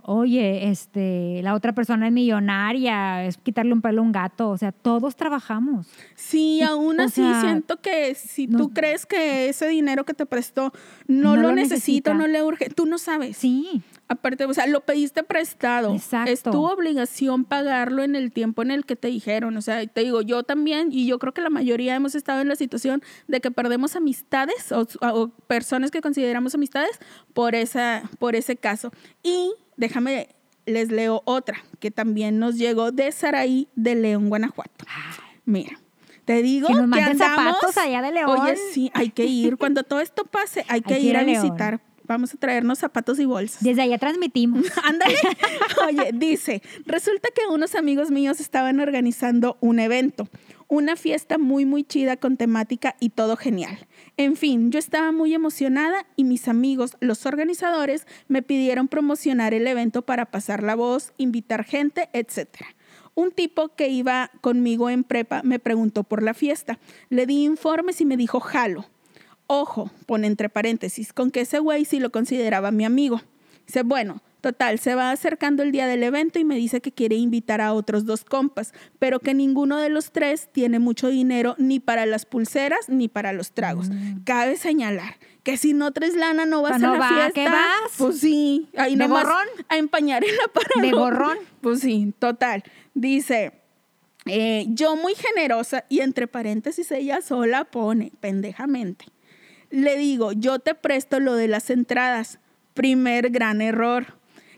[SPEAKER 2] oye, este, la otra persona es millonaria, es quitarle un pelo a un gato. O sea, todos trabajamos.
[SPEAKER 1] Sí,
[SPEAKER 2] Y,
[SPEAKER 1] aún
[SPEAKER 2] o
[SPEAKER 1] así
[SPEAKER 2] sea,
[SPEAKER 1] siento que si
[SPEAKER 2] no-
[SPEAKER 1] tú crees que ese dinero que te prestó no,
[SPEAKER 2] No
[SPEAKER 1] lo,
[SPEAKER 2] lo
[SPEAKER 1] necesito,
[SPEAKER 2] necesita.
[SPEAKER 1] no le urge, tú no sabes.
[SPEAKER 2] Sí.
[SPEAKER 1] Aparte, o sea, lo pediste prestado. Es
[SPEAKER 2] Exacto.
[SPEAKER 1] tu obligación pagarlo en el tiempo en el que te dijeron. O sea, te digo, yo también, y yo creo que la mayoría hemos estado en la situación de que perdemos amistades o, o personas que consideramos amistades por, esa, por ese caso. Y déjame, les leo otra que también nos llegó de Saraí de León, Guanajuato. Mira, Te digo
[SPEAKER 2] Que nos
[SPEAKER 1] que
[SPEAKER 2] manden
[SPEAKER 1] andamos.
[SPEAKER 2] zapatos allá de León.
[SPEAKER 1] Oye, sí, hay que ir. Cuando todo esto
[SPEAKER 2] [LAUGHS]
[SPEAKER 1] pase, hay que ir a,
[SPEAKER 2] León.
[SPEAKER 1] visitar. Vamos a traernos zapatos y bolsas.
[SPEAKER 2] Desde
[SPEAKER 1] [LAUGHS]
[SPEAKER 2] allá transmitimos.
[SPEAKER 1] Ándale. Oye, dice, resulta que unos amigos míos estaban organizando un evento, una fiesta muy, muy chida con temática y todo genial. En fin, yo estaba muy emocionada y mis amigos, los organizadores, me pidieron promocionar el evento para pasar la voz, invitar gente, etcétera. Un tipo que iba conmigo en prepa me preguntó por la fiesta. Le di informes y me dijo, jalo. Ojo, pone entre paréntesis, con que ese güey sí lo consideraba mi amigo. Dice, bueno, total, se va acercando el día del evento y me dice que quiere invitar a otros dos compas, pero que ninguno de los tres tiene mucho dinero ni para las pulseras ni para los tragos. Cabe señalar que si no traes lana no vas
[SPEAKER 2] Pues Mm. no
[SPEAKER 1] a la
[SPEAKER 2] va, ¿a
[SPEAKER 1] fiesta.
[SPEAKER 2] qué vas?
[SPEAKER 1] Pues sí, ahí
[SPEAKER 2] ¿De
[SPEAKER 1] nomás
[SPEAKER 2] gorrón?
[SPEAKER 1] a empañar en la [LAUGHS] para
[SPEAKER 2] ¿De
[SPEAKER 1] no-
[SPEAKER 2] gorrón?
[SPEAKER 1] Pues sí, total. Dice, eh, yo muy generosa, y entre paréntesis ella sola pone, pendejamente. Le digo, yo te presto lo de las entradas. Primer gran error.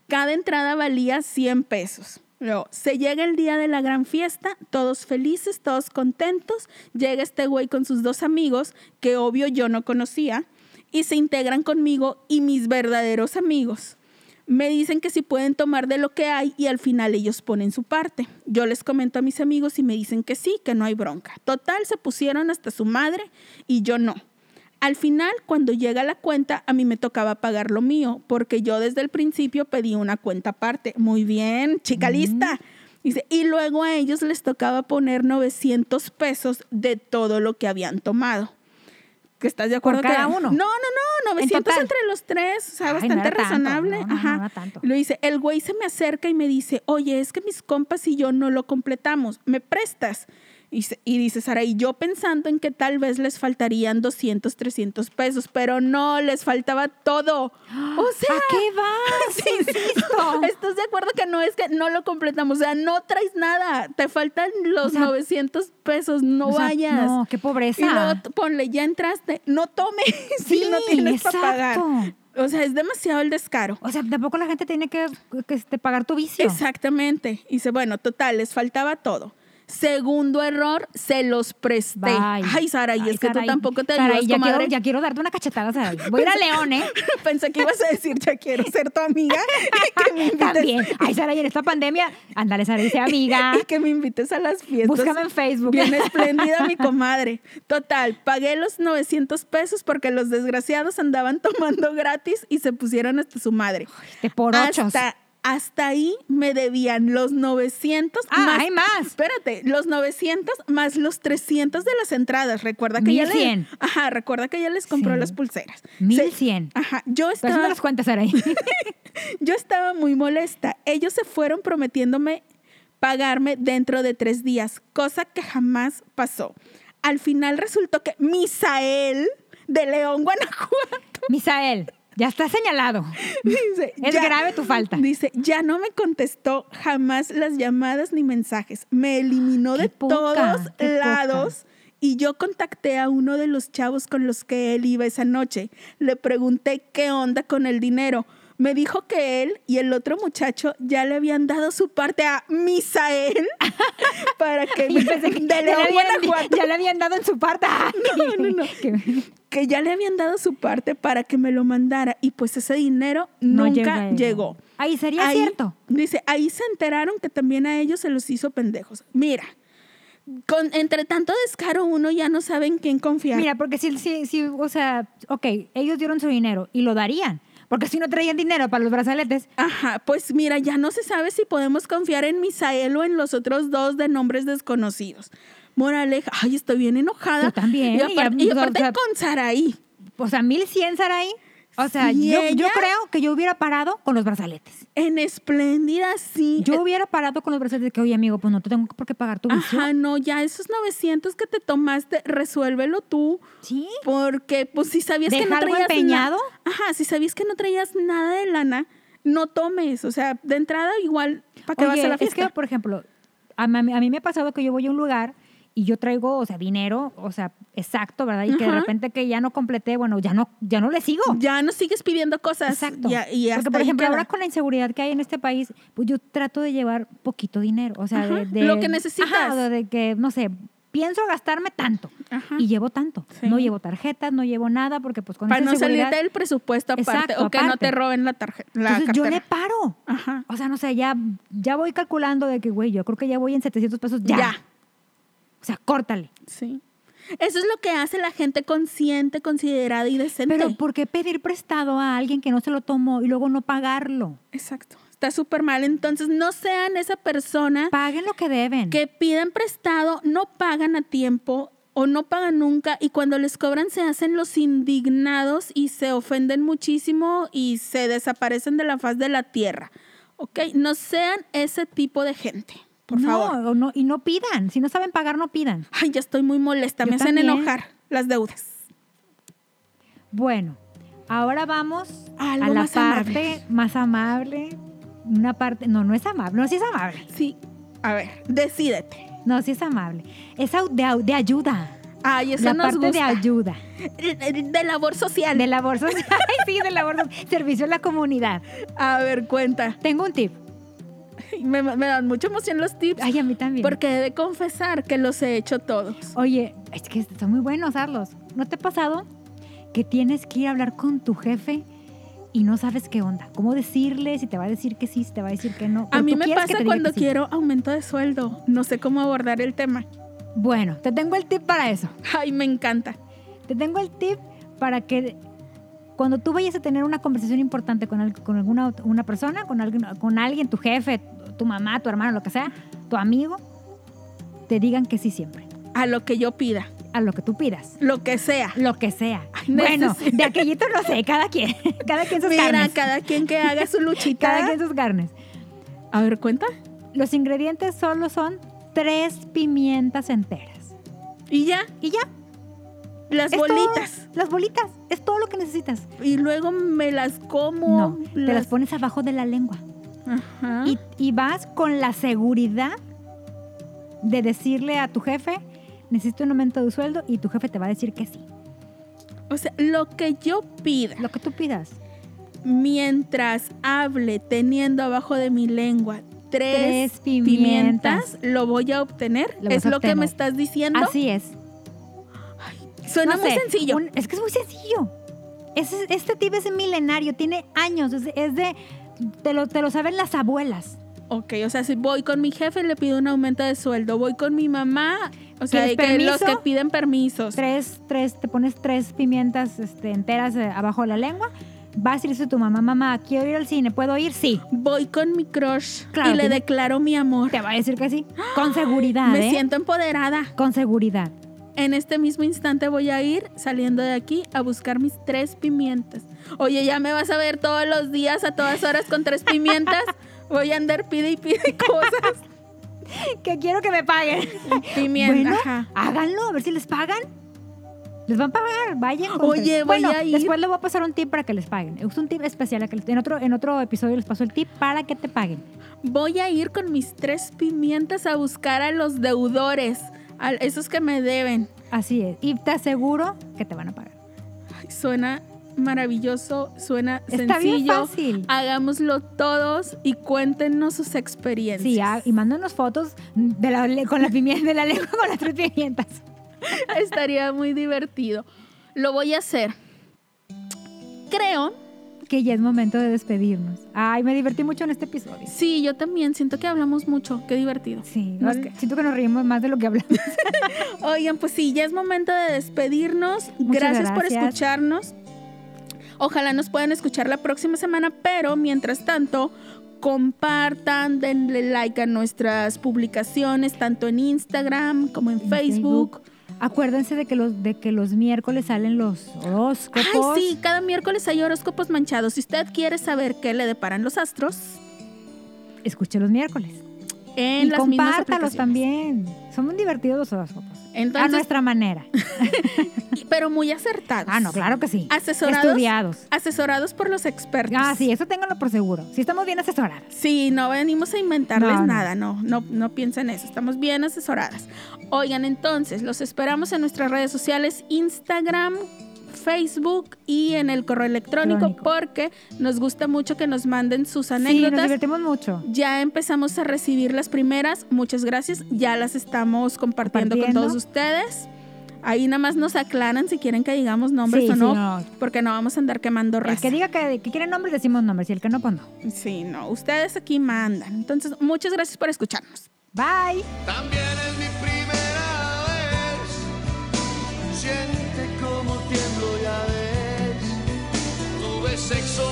[SPEAKER 1] Cada entrada valía 100 pesos. Luego, se llega el día de la gran fiesta, todos felices, todos contentos. Llega este güey con sus dos amigos, que obvio yo no conocía, y se integran conmigo y mis verdaderos amigos. Me dicen que si pueden tomar de lo que hay y al final ellos ponen su parte. Yo les comento a mis amigos y me dicen que sí, que no hay bronca. Total, se pusieron hasta su madre y yo no. Al final, cuando llega la cuenta, a mí me tocaba pagar lo mío, porque yo desde el principio pedí una cuenta aparte. Muy bien, chica lista. Dice, y luego a ellos les tocaba poner 900 pesos de todo lo que habían tomado. ¿Que estás de acuerdo?
[SPEAKER 2] cada
[SPEAKER 1] que- No, no,
[SPEAKER 2] uno?
[SPEAKER 1] no,
[SPEAKER 2] ¿En
[SPEAKER 1] 900
[SPEAKER 2] total?
[SPEAKER 1] entre los tres. O sea,
[SPEAKER 2] Ay, no
[SPEAKER 1] bastante
[SPEAKER 2] era tanto,
[SPEAKER 1] razonable.
[SPEAKER 2] no, no, no
[SPEAKER 1] Ajá.
[SPEAKER 2] era tanto.
[SPEAKER 1] Lo dice, el güey se me acerca y me dice, oye, es que mis compas y yo no lo completamos, ¿me prestas? Y, se- y dice Sara, y yo pensando en que tal vez les faltarían 200, 300 pesos, pero no, les faltaba
[SPEAKER 2] [GASPS]
[SPEAKER 1] todo. O sea,
[SPEAKER 2] ¿A Ah,
[SPEAKER 1] [LAUGHS]
[SPEAKER 2] qué vas? Insisto.
[SPEAKER 1] ¿estás de acuerdo que no es que no lo completamos? O sea, no traes nada, te faltan los
[SPEAKER 2] sea,
[SPEAKER 1] 900 pesos, no
[SPEAKER 2] O sea,
[SPEAKER 1] vayas.
[SPEAKER 2] No, qué pobreza.
[SPEAKER 1] Y luego t- ponle, ya entraste, no tomes [LAUGHS] si no
[SPEAKER 2] Sí,
[SPEAKER 1] tienes para pagar.
[SPEAKER 2] exacto.
[SPEAKER 1] O sea, es demasiado el descaro.
[SPEAKER 2] O sea, tampoco la gente tiene que, que, este, pagar tu vicio.
[SPEAKER 1] Exactamente. Y dice, bueno, total, les faltaba todo. Segundo error, se los presté.
[SPEAKER 2] Bye.
[SPEAKER 1] Ay, Sara, y
[SPEAKER 2] Ay,
[SPEAKER 1] es que tú
[SPEAKER 2] Saray,
[SPEAKER 1] tampoco te
[SPEAKER 2] Saray,
[SPEAKER 1] ayudas,
[SPEAKER 2] ya
[SPEAKER 1] comadre.
[SPEAKER 2] quiero, ya quiero darte una cachetada, Saray. Voy a ir a León, ¿eh?
[SPEAKER 1] [LAUGHS] Pensé que ibas a decir, ya quiero ser tu
[SPEAKER 2] [LAUGHS]
[SPEAKER 1] amiga [LAUGHS] y que me [LAUGHS] invites,
[SPEAKER 2] También. Ay, Saray, en esta pandemia, ándale, Saray, sea amiga.
[SPEAKER 1] [LAUGHS] y que me invites a las fiestas.
[SPEAKER 2] Búscame en Facebook. [LAUGHS]
[SPEAKER 1] Bien espléndida mi comadre. Total, pagué los 900 pesos porque los desgraciados andaban [LAUGHS] tomando gratis y se pusieron hasta su madre.
[SPEAKER 2] De por ochos.
[SPEAKER 1] Hasta, hasta ahí me debían los 900
[SPEAKER 2] Ah, hay más.
[SPEAKER 1] Espérate, los 900 más los 300 de las entradas. Recuerda que ya
[SPEAKER 2] 1100.
[SPEAKER 1] le, Ajá, recuerda que ya les compró
[SPEAKER 2] Sí.
[SPEAKER 1] las pulseras.
[SPEAKER 2] 1100.
[SPEAKER 1] Se- Ajá, yo
[SPEAKER 2] Pero eso no
[SPEAKER 1] estaba
[SPEAKER 2] las cuentas, Saray.
[SPEAKER 1] yo estaba muy molesta. Ellos se fueron prometiéndome pagarme dentro de tres días, cosa que jamás pasó. Al final resultó que Misael de León, [LAUGHS] Guanajuato,
[SPEAKER 2] [LAUGHS] Misael, ya está señalado.
[SPEAKER 1] [LAUGHS] dice,
[SPEAKER 2] Es grave tu falta.
[SPEAKER 1] Dice, ya no me contestó jamás las llamadas ni mensajes. Me eliminó
[SPEAKER 2] Qué
[SPEAKER 1] de
[SPEAKER 2] poca,
[SPEAKER 1] todos
[SPEAKER 2] qué poca.
[SPEAKER 1] lados. Y yo contacté a uno de los chavos con los que él iba esa noche. Le pregunté qué onda con el dinero. Me dijo que él y el otro muchacho ya le habían dado su parte a Misael [LAUGHS] para que
[SPEAKER 2] Yo [LAUGHS] pensé que
[SPEAKER 1] de
[SPEAKER 2] ya, le
[SPEAKER 1] León,
[SPEAKER 2] habían,
[SPEAKER 1] Guanajuato,
[SPEAKER 2] ya le habían dado en su parte. Ay.
[SPEAKER 1] [LAUGHS] No, no, no.
[SPEAKER 2] Que-
[SPEAKER 1] que ya le habían dado su parte para que me lo mandara y pues ese dinero
[SPEAKER 2] no llega
[SPEAKER 1] nunca
[SPEAKER 2] ella.
[SPEAKER 1] llegó.
[SPEAKER 2] Ay, sería
[SPEAKER 1] Ahí-
[SPEAKER 2] cierto.
[SPEAKER 1] Dice, ahí se enteraron que también a ellos se los hizo pendejos. Mira, con, entre tanto descaro uno ya no sabe en quién confiar.
[SPEAKER 2] Mira, porque si, si, si, o sea, ok, ellos dieron su dinero y lo darían. Porque si no traían dinero para los brazaletes,
[SPEAKER 1] Ajá, pues mira, ya no se sabe si podemos confiar en Misael o en los otros dos de nombres desconocidos. Moraleja, ay, estoy bien enojada.
[SPEAKER 2] Yo también,
[SPEAKER 1] Y
[SPEAKER 2] y
[SPEAKER 1] aparte,
[SPEAKER 2] a-
[SPEAKER 1] y aparte
[SPEAKER 2] o sea,
[SPEAKER 1] con Saraí.
[SPEAKER 2] o sea, 1100 Saraí. O sea,
[SPEAKER 1] Sí,
[SPEAKER 2] yo, yo
[SPEAKER 1] ella-
[SPEAKER 2] creo que yo hubiera parado con los brazaletes.
[SPEAKER 1] En espléndida, sí. eh,
[SPEAKER 2] Yo hubiera parado con los brazaletes que, oye, amigo, pues no te tengo por qué pagar tu vicio.
[SPEAKER 1] Ajá, no, ya esos 900 que te tomaste, resuélvelo tú.
[SPEAKER 2] Sí.
[SPEAKER 1] Porque, pues, si sabías que
[SPEAKER 2] Deja
[SPEAKER 1] no
[SPEAKER 2] algo
[SPEAKER 1] traías
[SPEAKER 2] empeñado.
[SPEAKER 1] na- Ajá, si sabías que no traías nada de lana, no tomes. O sea, de entrada, igual, ¿para qué vas
[SPEAKER 2] Oye,
[SPEAKER 1] a la fiesta?
[SPEAKER 2] Es que, por ejemplo, a mí, a mí me ha pasado que yo voy a un lugar y yo traigo, o sea, dinero, o sea, exacto, ¿verdad? Y que de
[SPEAKER 1] Ajá.
[SPEAKER 2] repente que ya no completé, bueno, ya no, ya no le sigo.
[SPEAKER 1] Ya no sigues pidiendo cosas.
[SPEAKER 2] pues, Exacto.
[SPEAKER 1] Ya- y hasta
[SPEAKER 2] Porque, por
[SPEAKER 1] ahí
[SPEAKER 2] ejemplo,
[SPEAKER 1] queda.
[SPEAKER 2] ahora con la inseguridad que hay en este país, pues yo trato de llevar poquito dinero, o sea,
[SPEAKER 1] Ajá,
[SPEAKER 2] de, de-
[SPEAKER 1] lo que necesitas.
[SPEAKER 2] Ajá, o de que, no sé, pienso gastarme tanto
[SPEAKER 1] Ajá.
[SPEAKER 2] y llevo tanto.
[SPEAKER 1] Sí.
[SPEAKER 2] No llevo tarjetas, no llevo nada, porque pues con
[SPEAKER 1] Para
[SPEAKER 2] esa
[SPEAKER 1] no
[SPEAKER 2] seguridad-
[SPEAKER 1] salirte del presupuesto aparte
[SPEAKER 2] Exacto,
[SPEAKER 1] o que no
[SPEAKER 2] aparte.
[SPEAKER 1] te roben la tarjeta. La
[SPEAKER 2] Entonces yo
[SPEAKER 1] cartera.
[SPEAKER 2] le paro.
[SPEAKER 1] Ajá.
[SPEAKER 2] O sea, no sé, ya, ya voy calculando de que, güey, yo creo que ya voy en 700 pesos ya.
[SPEAKER 1] ya.
[SPEAKER 2] O sea, córtale.
[SPEAKER 1] Sí. Eso es lo que hace la gente consciente, considerada y decente.
[SPEAKER 2] Pero pues ¿por qué pedir prestado a alguien que no se lo tomó y luego no pagarlo?
[SPEAKER 1] Exacto. Está súper mal. Entonces, no sean esa persona
[SPEAKER 2] Paguen lo que deben.
[SPEAKER 1] que piden prestado, no pagan a tiempo o no pagan nunca y cuando les cobran se hacen los indignados y se ofenden muchísimo y se desaparecen de la faz de la tierra. ¿Ok? No sean ese tipo de gente, por
[SPEAKER 2] no,
[SPEAKER 1] favor.
[SPEAKER 2] o no, y no pidan. Si no saben pagar, no pidan.
[SPEAKER 1] Ay, ya estoy muy molesta.
[SPEAKER 2] Yo
[SPEAKER 1] Me hacen
[SPEAKER 2] también.
[SPEAKER 1] enojar las deudas.
[SPEAKER 2] Bueno, ahora vamos
[SPEAKER 1] Algo
[SPEAKER 2] a la
[SPEAKER 1] más
[SPEAKER 2] parte
[SPEAKER 1] amable.
[SPEAKER 2] más amable. Una parte, no, no es amable, no, sí es amable.
[SPEAKER 1] Sí. A ver, decídete.
[SPEAKER 2] No, sí es amable. Es au- de, au- de ayuda.
[SPEAKER 1] Ay, eso
[SPEAKER 2] la
[SPEAKER 1] nos
[SPEAKER 2] parte de
[SPEAKER 1] gusta.
[SPEAKER 2] ayuda.
[SPEAKER 1] [LAUGHS] De, de labor social.
[SPEAKER 2] De la bolsa. [LAUGHS] Ay, sí, de la bolsa. Servicio a la comunidad.
[SPEAKER 1] A ver, cuenta.
[SPEAKER 2] Tengo un tip.
[SPEAKER 1] Me, me dan mucha emoción los tips.
[SPEAKER 2] Ay, a mí también.
[SPEAKER 1] porque he de confesar que los he hecho todos.
[SPEAKER 2] Oye, es que son muy buenos, Carlos. ¿No te ha pasado que tienes que ir a hablar con tu jefe y no sabes qué onda? ¿Cómo decirle? Si te va a decir que sí, si te va a decir que no.
[SPEAKER 1] A
[SPEAKER 2] Pero
[SPEAKER 1] mí
[SPEAKER 2] tú
[SPEAKER 1] me
[SPEAKER 2] quieres que
[SPEAKER 1] pasa
[SPEAKER 2] te diga
[SPEAKER 1] cuando
[SPEAKER 2] que sí.
[SPEAKER 1] quiero aumento de sueldo. No sé cómo abordar el tema.
[SPEAKER 2] Bueno, te tengo el tip para eso.
[SPEAKER 1] Ay, me encanta.
[SPEAKER 2] Te tengo el tip para que cuando tú vayas a tener una conversación importante con, al- con alguna ot- una persona, con alguien, con alguien, tu jefe, tu mamá, tu hermano, lo que sea, tu amigo, te digan que sí siempre,
[SPEAKER 1] A lo que yo pida,
[SPEAKER 2] a lo que tú pidas.
[SPEAKER 1] lo que sea.
[SPEAKER 2] Lo que sea.
[SPEAKER 1] Ay,
[SPEAKER 2] Bueno,
[SPEAKER 1] necesito-
[SPEAKER 2] de aquellito no sé, cada quien. [LAUGHS] Cada quien sus
[SPEAKER 1] Mira,
[SPEAKER 2] carnes.
[SPEAKER 1] cada quien que haga
[SPEAKER 2] [LAUGHS]
[SPEAKER 1] su luchita.
[SPEAKER 2] Cada quien sus carnes.
[SPEAKER 1] A ver, cuenta.
[SPEAKER 2] Los ingredientes solo son tres pimientas enteras.
[SPEAKER 1] Y ya,
[SPEAKER 2] Y ya.
[SPEAKER 1] las
[SPEAKER 2] es todo.
[SPEAKER 1] bolitas.
[SPEAKER 2] las bolitas. Es todo lo que necesitas.
[SPEAKER 1] Y luego me las Ah. como.
[SPEAKER 2] No, te las pones abajo de la lengua.
[SPEAKER 1] Ajá.
[SPEAKER 2] Y, y vas con la seguridad de decirle a tu jefe, necesito un aumento de sueldo y tu jefe te va a decir que sí.
[SPEAKER 1] O sea, lo que yo pida,
[SPEAKER 2] Lo que tú pidas.
[SPEAKER 1] mientras hable teniendo abajo de mi lengua tres,
[SPEAKER 2] Tres
[SPEAKER 1] pimientas,
[SPEAKER 2] pimientas.
[SPEAKER 1] lo voy a obtener.
[SPEAKER 2] Lo vas
[SPEAKER 1] es
[SPEAKER 2] a
[SPEAKER 1] lo que me
[SPEAKER 2] obtener.
[SPEAKER 1] estás diciendo.
[SPEAKER 2] Así es.
[SPEAKER 1] Suena
[SPEAKER 2] No
[SPEAKER 1] muy
[SPEAKER 2] sé,
[SPEAKER 1] sencillo.
[SPEAKER 2] un- es que es muy sencillo. Ese- este tip es milenario, tiene años, es, es de... Te lo, te lo saben las abuelas.
[SPEAKER 1] Ok, o sea, si voy con mi jefe le pido un aumento de sueldo, voy con mi mamá, o sea, de
[SPEAKER 2] ¿Quieres
[SPEAKER 1] que los que
[SPEAKER 2] permiso?
[SPEAKER 1] piden permisos.
[SPEAKER 2] Tres, tres, te pones tres pimientas este, enteras eh, abajo de la lengua. Vas y le dices a tu mamá, mamá, quiero ir al cine, ¿puedo ir? Sí.
[SPEAKER 1] Voy con mi crush
[SPEAKER 2] Claro,
[SPEAKER 1] y le
[SPEAKER 2] tiene-
[SPEAKER 1] declaro mi amor.
[SPEAKER 2] Te va a decir que sí. [GASPS] Con seguridad,
[SPEAKER 1] Me
[SPEAKER 2] ¿eh?
[SPEAKER 1] siento empoderada.
[SPEAKER 2] Con seguridad.
[SPEAKER 1] En este mismo instante voy a ir saliendo de aquí a buscar mis tres pimientas. Oye, ya me vas a ver todos los días a todas horas con tres
[SPEAKER 2] [LAUGHS]
[SPEAKER 1] pimientas. Voy a andar pide y pide cosas.
[SPEAKER 2] Que quiero que me paguen.
[SPEAKER 1] Pimienta.
[SPEAKER 2] Bueno,
[SPEAKER 1] ajá.
[SPEAKER 2] háganlo, a ver si les pagan. Les van a pagar, vayan. con-
[SPEAKER 1] Oye, voy
[SPEAKER 2] bueno,
[SPEAKER 1] a ir.
[SPEAKER 2] después les voy a pasar un tip para que les paguen. Es un tip especial. a que les- en, otro, en otro episodio les paso el tip para que te paguen.
[SPEAKER 1] Voy a ir con mis tres pimientas a buscar a los deudores, a esos que me deben.
[SPEAKER 2] Así es. Y te aseguro que te van a pagar.
[SPEAKER 1] Ay, suena maravilloso, suena
[SPEAKER 2] Está bien
[SPEAKER 1] sencillo.
[SPEAKER 2] fácil.
[SPEAKER 1] Hagámoslo todos y cuéntenos sus experiencias.
[SPEAKER 2] Sí, ah, y mándanos fotos de la, le- con la pimienta de la lengua con las tres pimientas.
[SPEAKER 1] [LAUGHS] Estaría muy divertido. Lo voy a hacer. Creo,
[SPEAKER 2] Que ya es momento de despedirnos. Ay, me divertí mucho en este episodio.
[SPEAKER 1] sí, yo también siento que hablamos mucho, qué divertido.
[SPEAKER 2] Sí,
[SPEAKER 1] No
[SPEAKER 2] nos-
[SPEAKER 1] sé.
[SPEAKER 2] siento que nos reímos más de lo que hablamos.
[SPEAKER 1] [LAUGHS] Oigan, pues sí, ya es momento de despedirnos.
[SPEAKER 2] Muchas
[SPEAKER 1] Gracias, por
[SPEAKER 2] gracias.
[SPEAKER 1] escucharnos. Ojalá nos puedan escuchar la próxima semana, pero mientras tanto, compartan, denle like a nuestras publicaciones, tanto en Instagram como en
[SPEAKER 2] En
[SPEAKER 1] Facebook.
[SPEAKER 2] Acuérdense de que los, de que los miércoles salen los horóscopos.
[SPEAKER 1] Ay, sí, cada miércoles hay horóscopos manchados. Si usted quiere saber qué le deparan los astros,
[SPEAKER 2] Escuche los miércoles.
[SPEAKER 1] en
[SPEAKER 2] y
[SPEAKER 1] las mismas aplicaciones.
[SPEAKER 2] compártalos también. Son muy divertidos los horóscopos. a
[SPEAKER 1] Entonces,
[SPEAKER 2] nuestra manera.
[SPEAKER 1] y- pero muy acertados.
[SPEAKER 2] Ah, no, claro que sí.
[SPEAKER 1] Asesorados.
[SPEAKER 2] Estudiados.
[SPEAKER 1] Asesorados por los expertos.
[SPEAKER 2] Ah, sí, eso ténganlo por seguro. Si estamos bien asesoradas.
[SPEAKER 1] Sí, no venimos a inventarles
[SPEAKER 2] No, no.
[SPEAKER 1] nada, no, no, no piensen eso, estamos bien asesoradas. Oigan, entonces, los esperamos en nuestras redes sociales, Instagram, Facebook y en el correo electrónico,
[SPEAKER 2] Electrónico.
[SPEAKER 1] porque nos gusta mucho que nos manden sus
[SPEAKER 2] Sí, nos
[SPEAKER 1] anécdotas.
[SPEAKER 2] divertimos mucho.
[SPEAKER 1] ya empezamos a recibir las primeras, muchas gracias, ya las estamos compartiendo,
[SPEAKER 2] Compartiendo.
[SPEAKER 1] con todos ustedes. Ahí nada más nos aclaran si quieren que digamos nombres
[SPEAKER 2] Sí,
[SPEAKER 1] o
[SPEAKER 2] sí,
[SPEAKER 1] no,
[SPEAKER 2] no.
[SPEAKER 1] porque no vamos a andar quemando
[SPEAKER 2] El
[SPEAKER 1] raza.
[SPEAKER 2] que diga que, que quiere nombres, decimos nombres. Y el que no, pues no.
[SPEAKER 1] Sí, no, ustedes aquí mandan. Entonces, muchas gracias por escucharnos.
[SPEAKER 2] Bye.
[SPEAKER 3] También es mi primera vez. Siente como tiemblo ya ves. Tuve sexo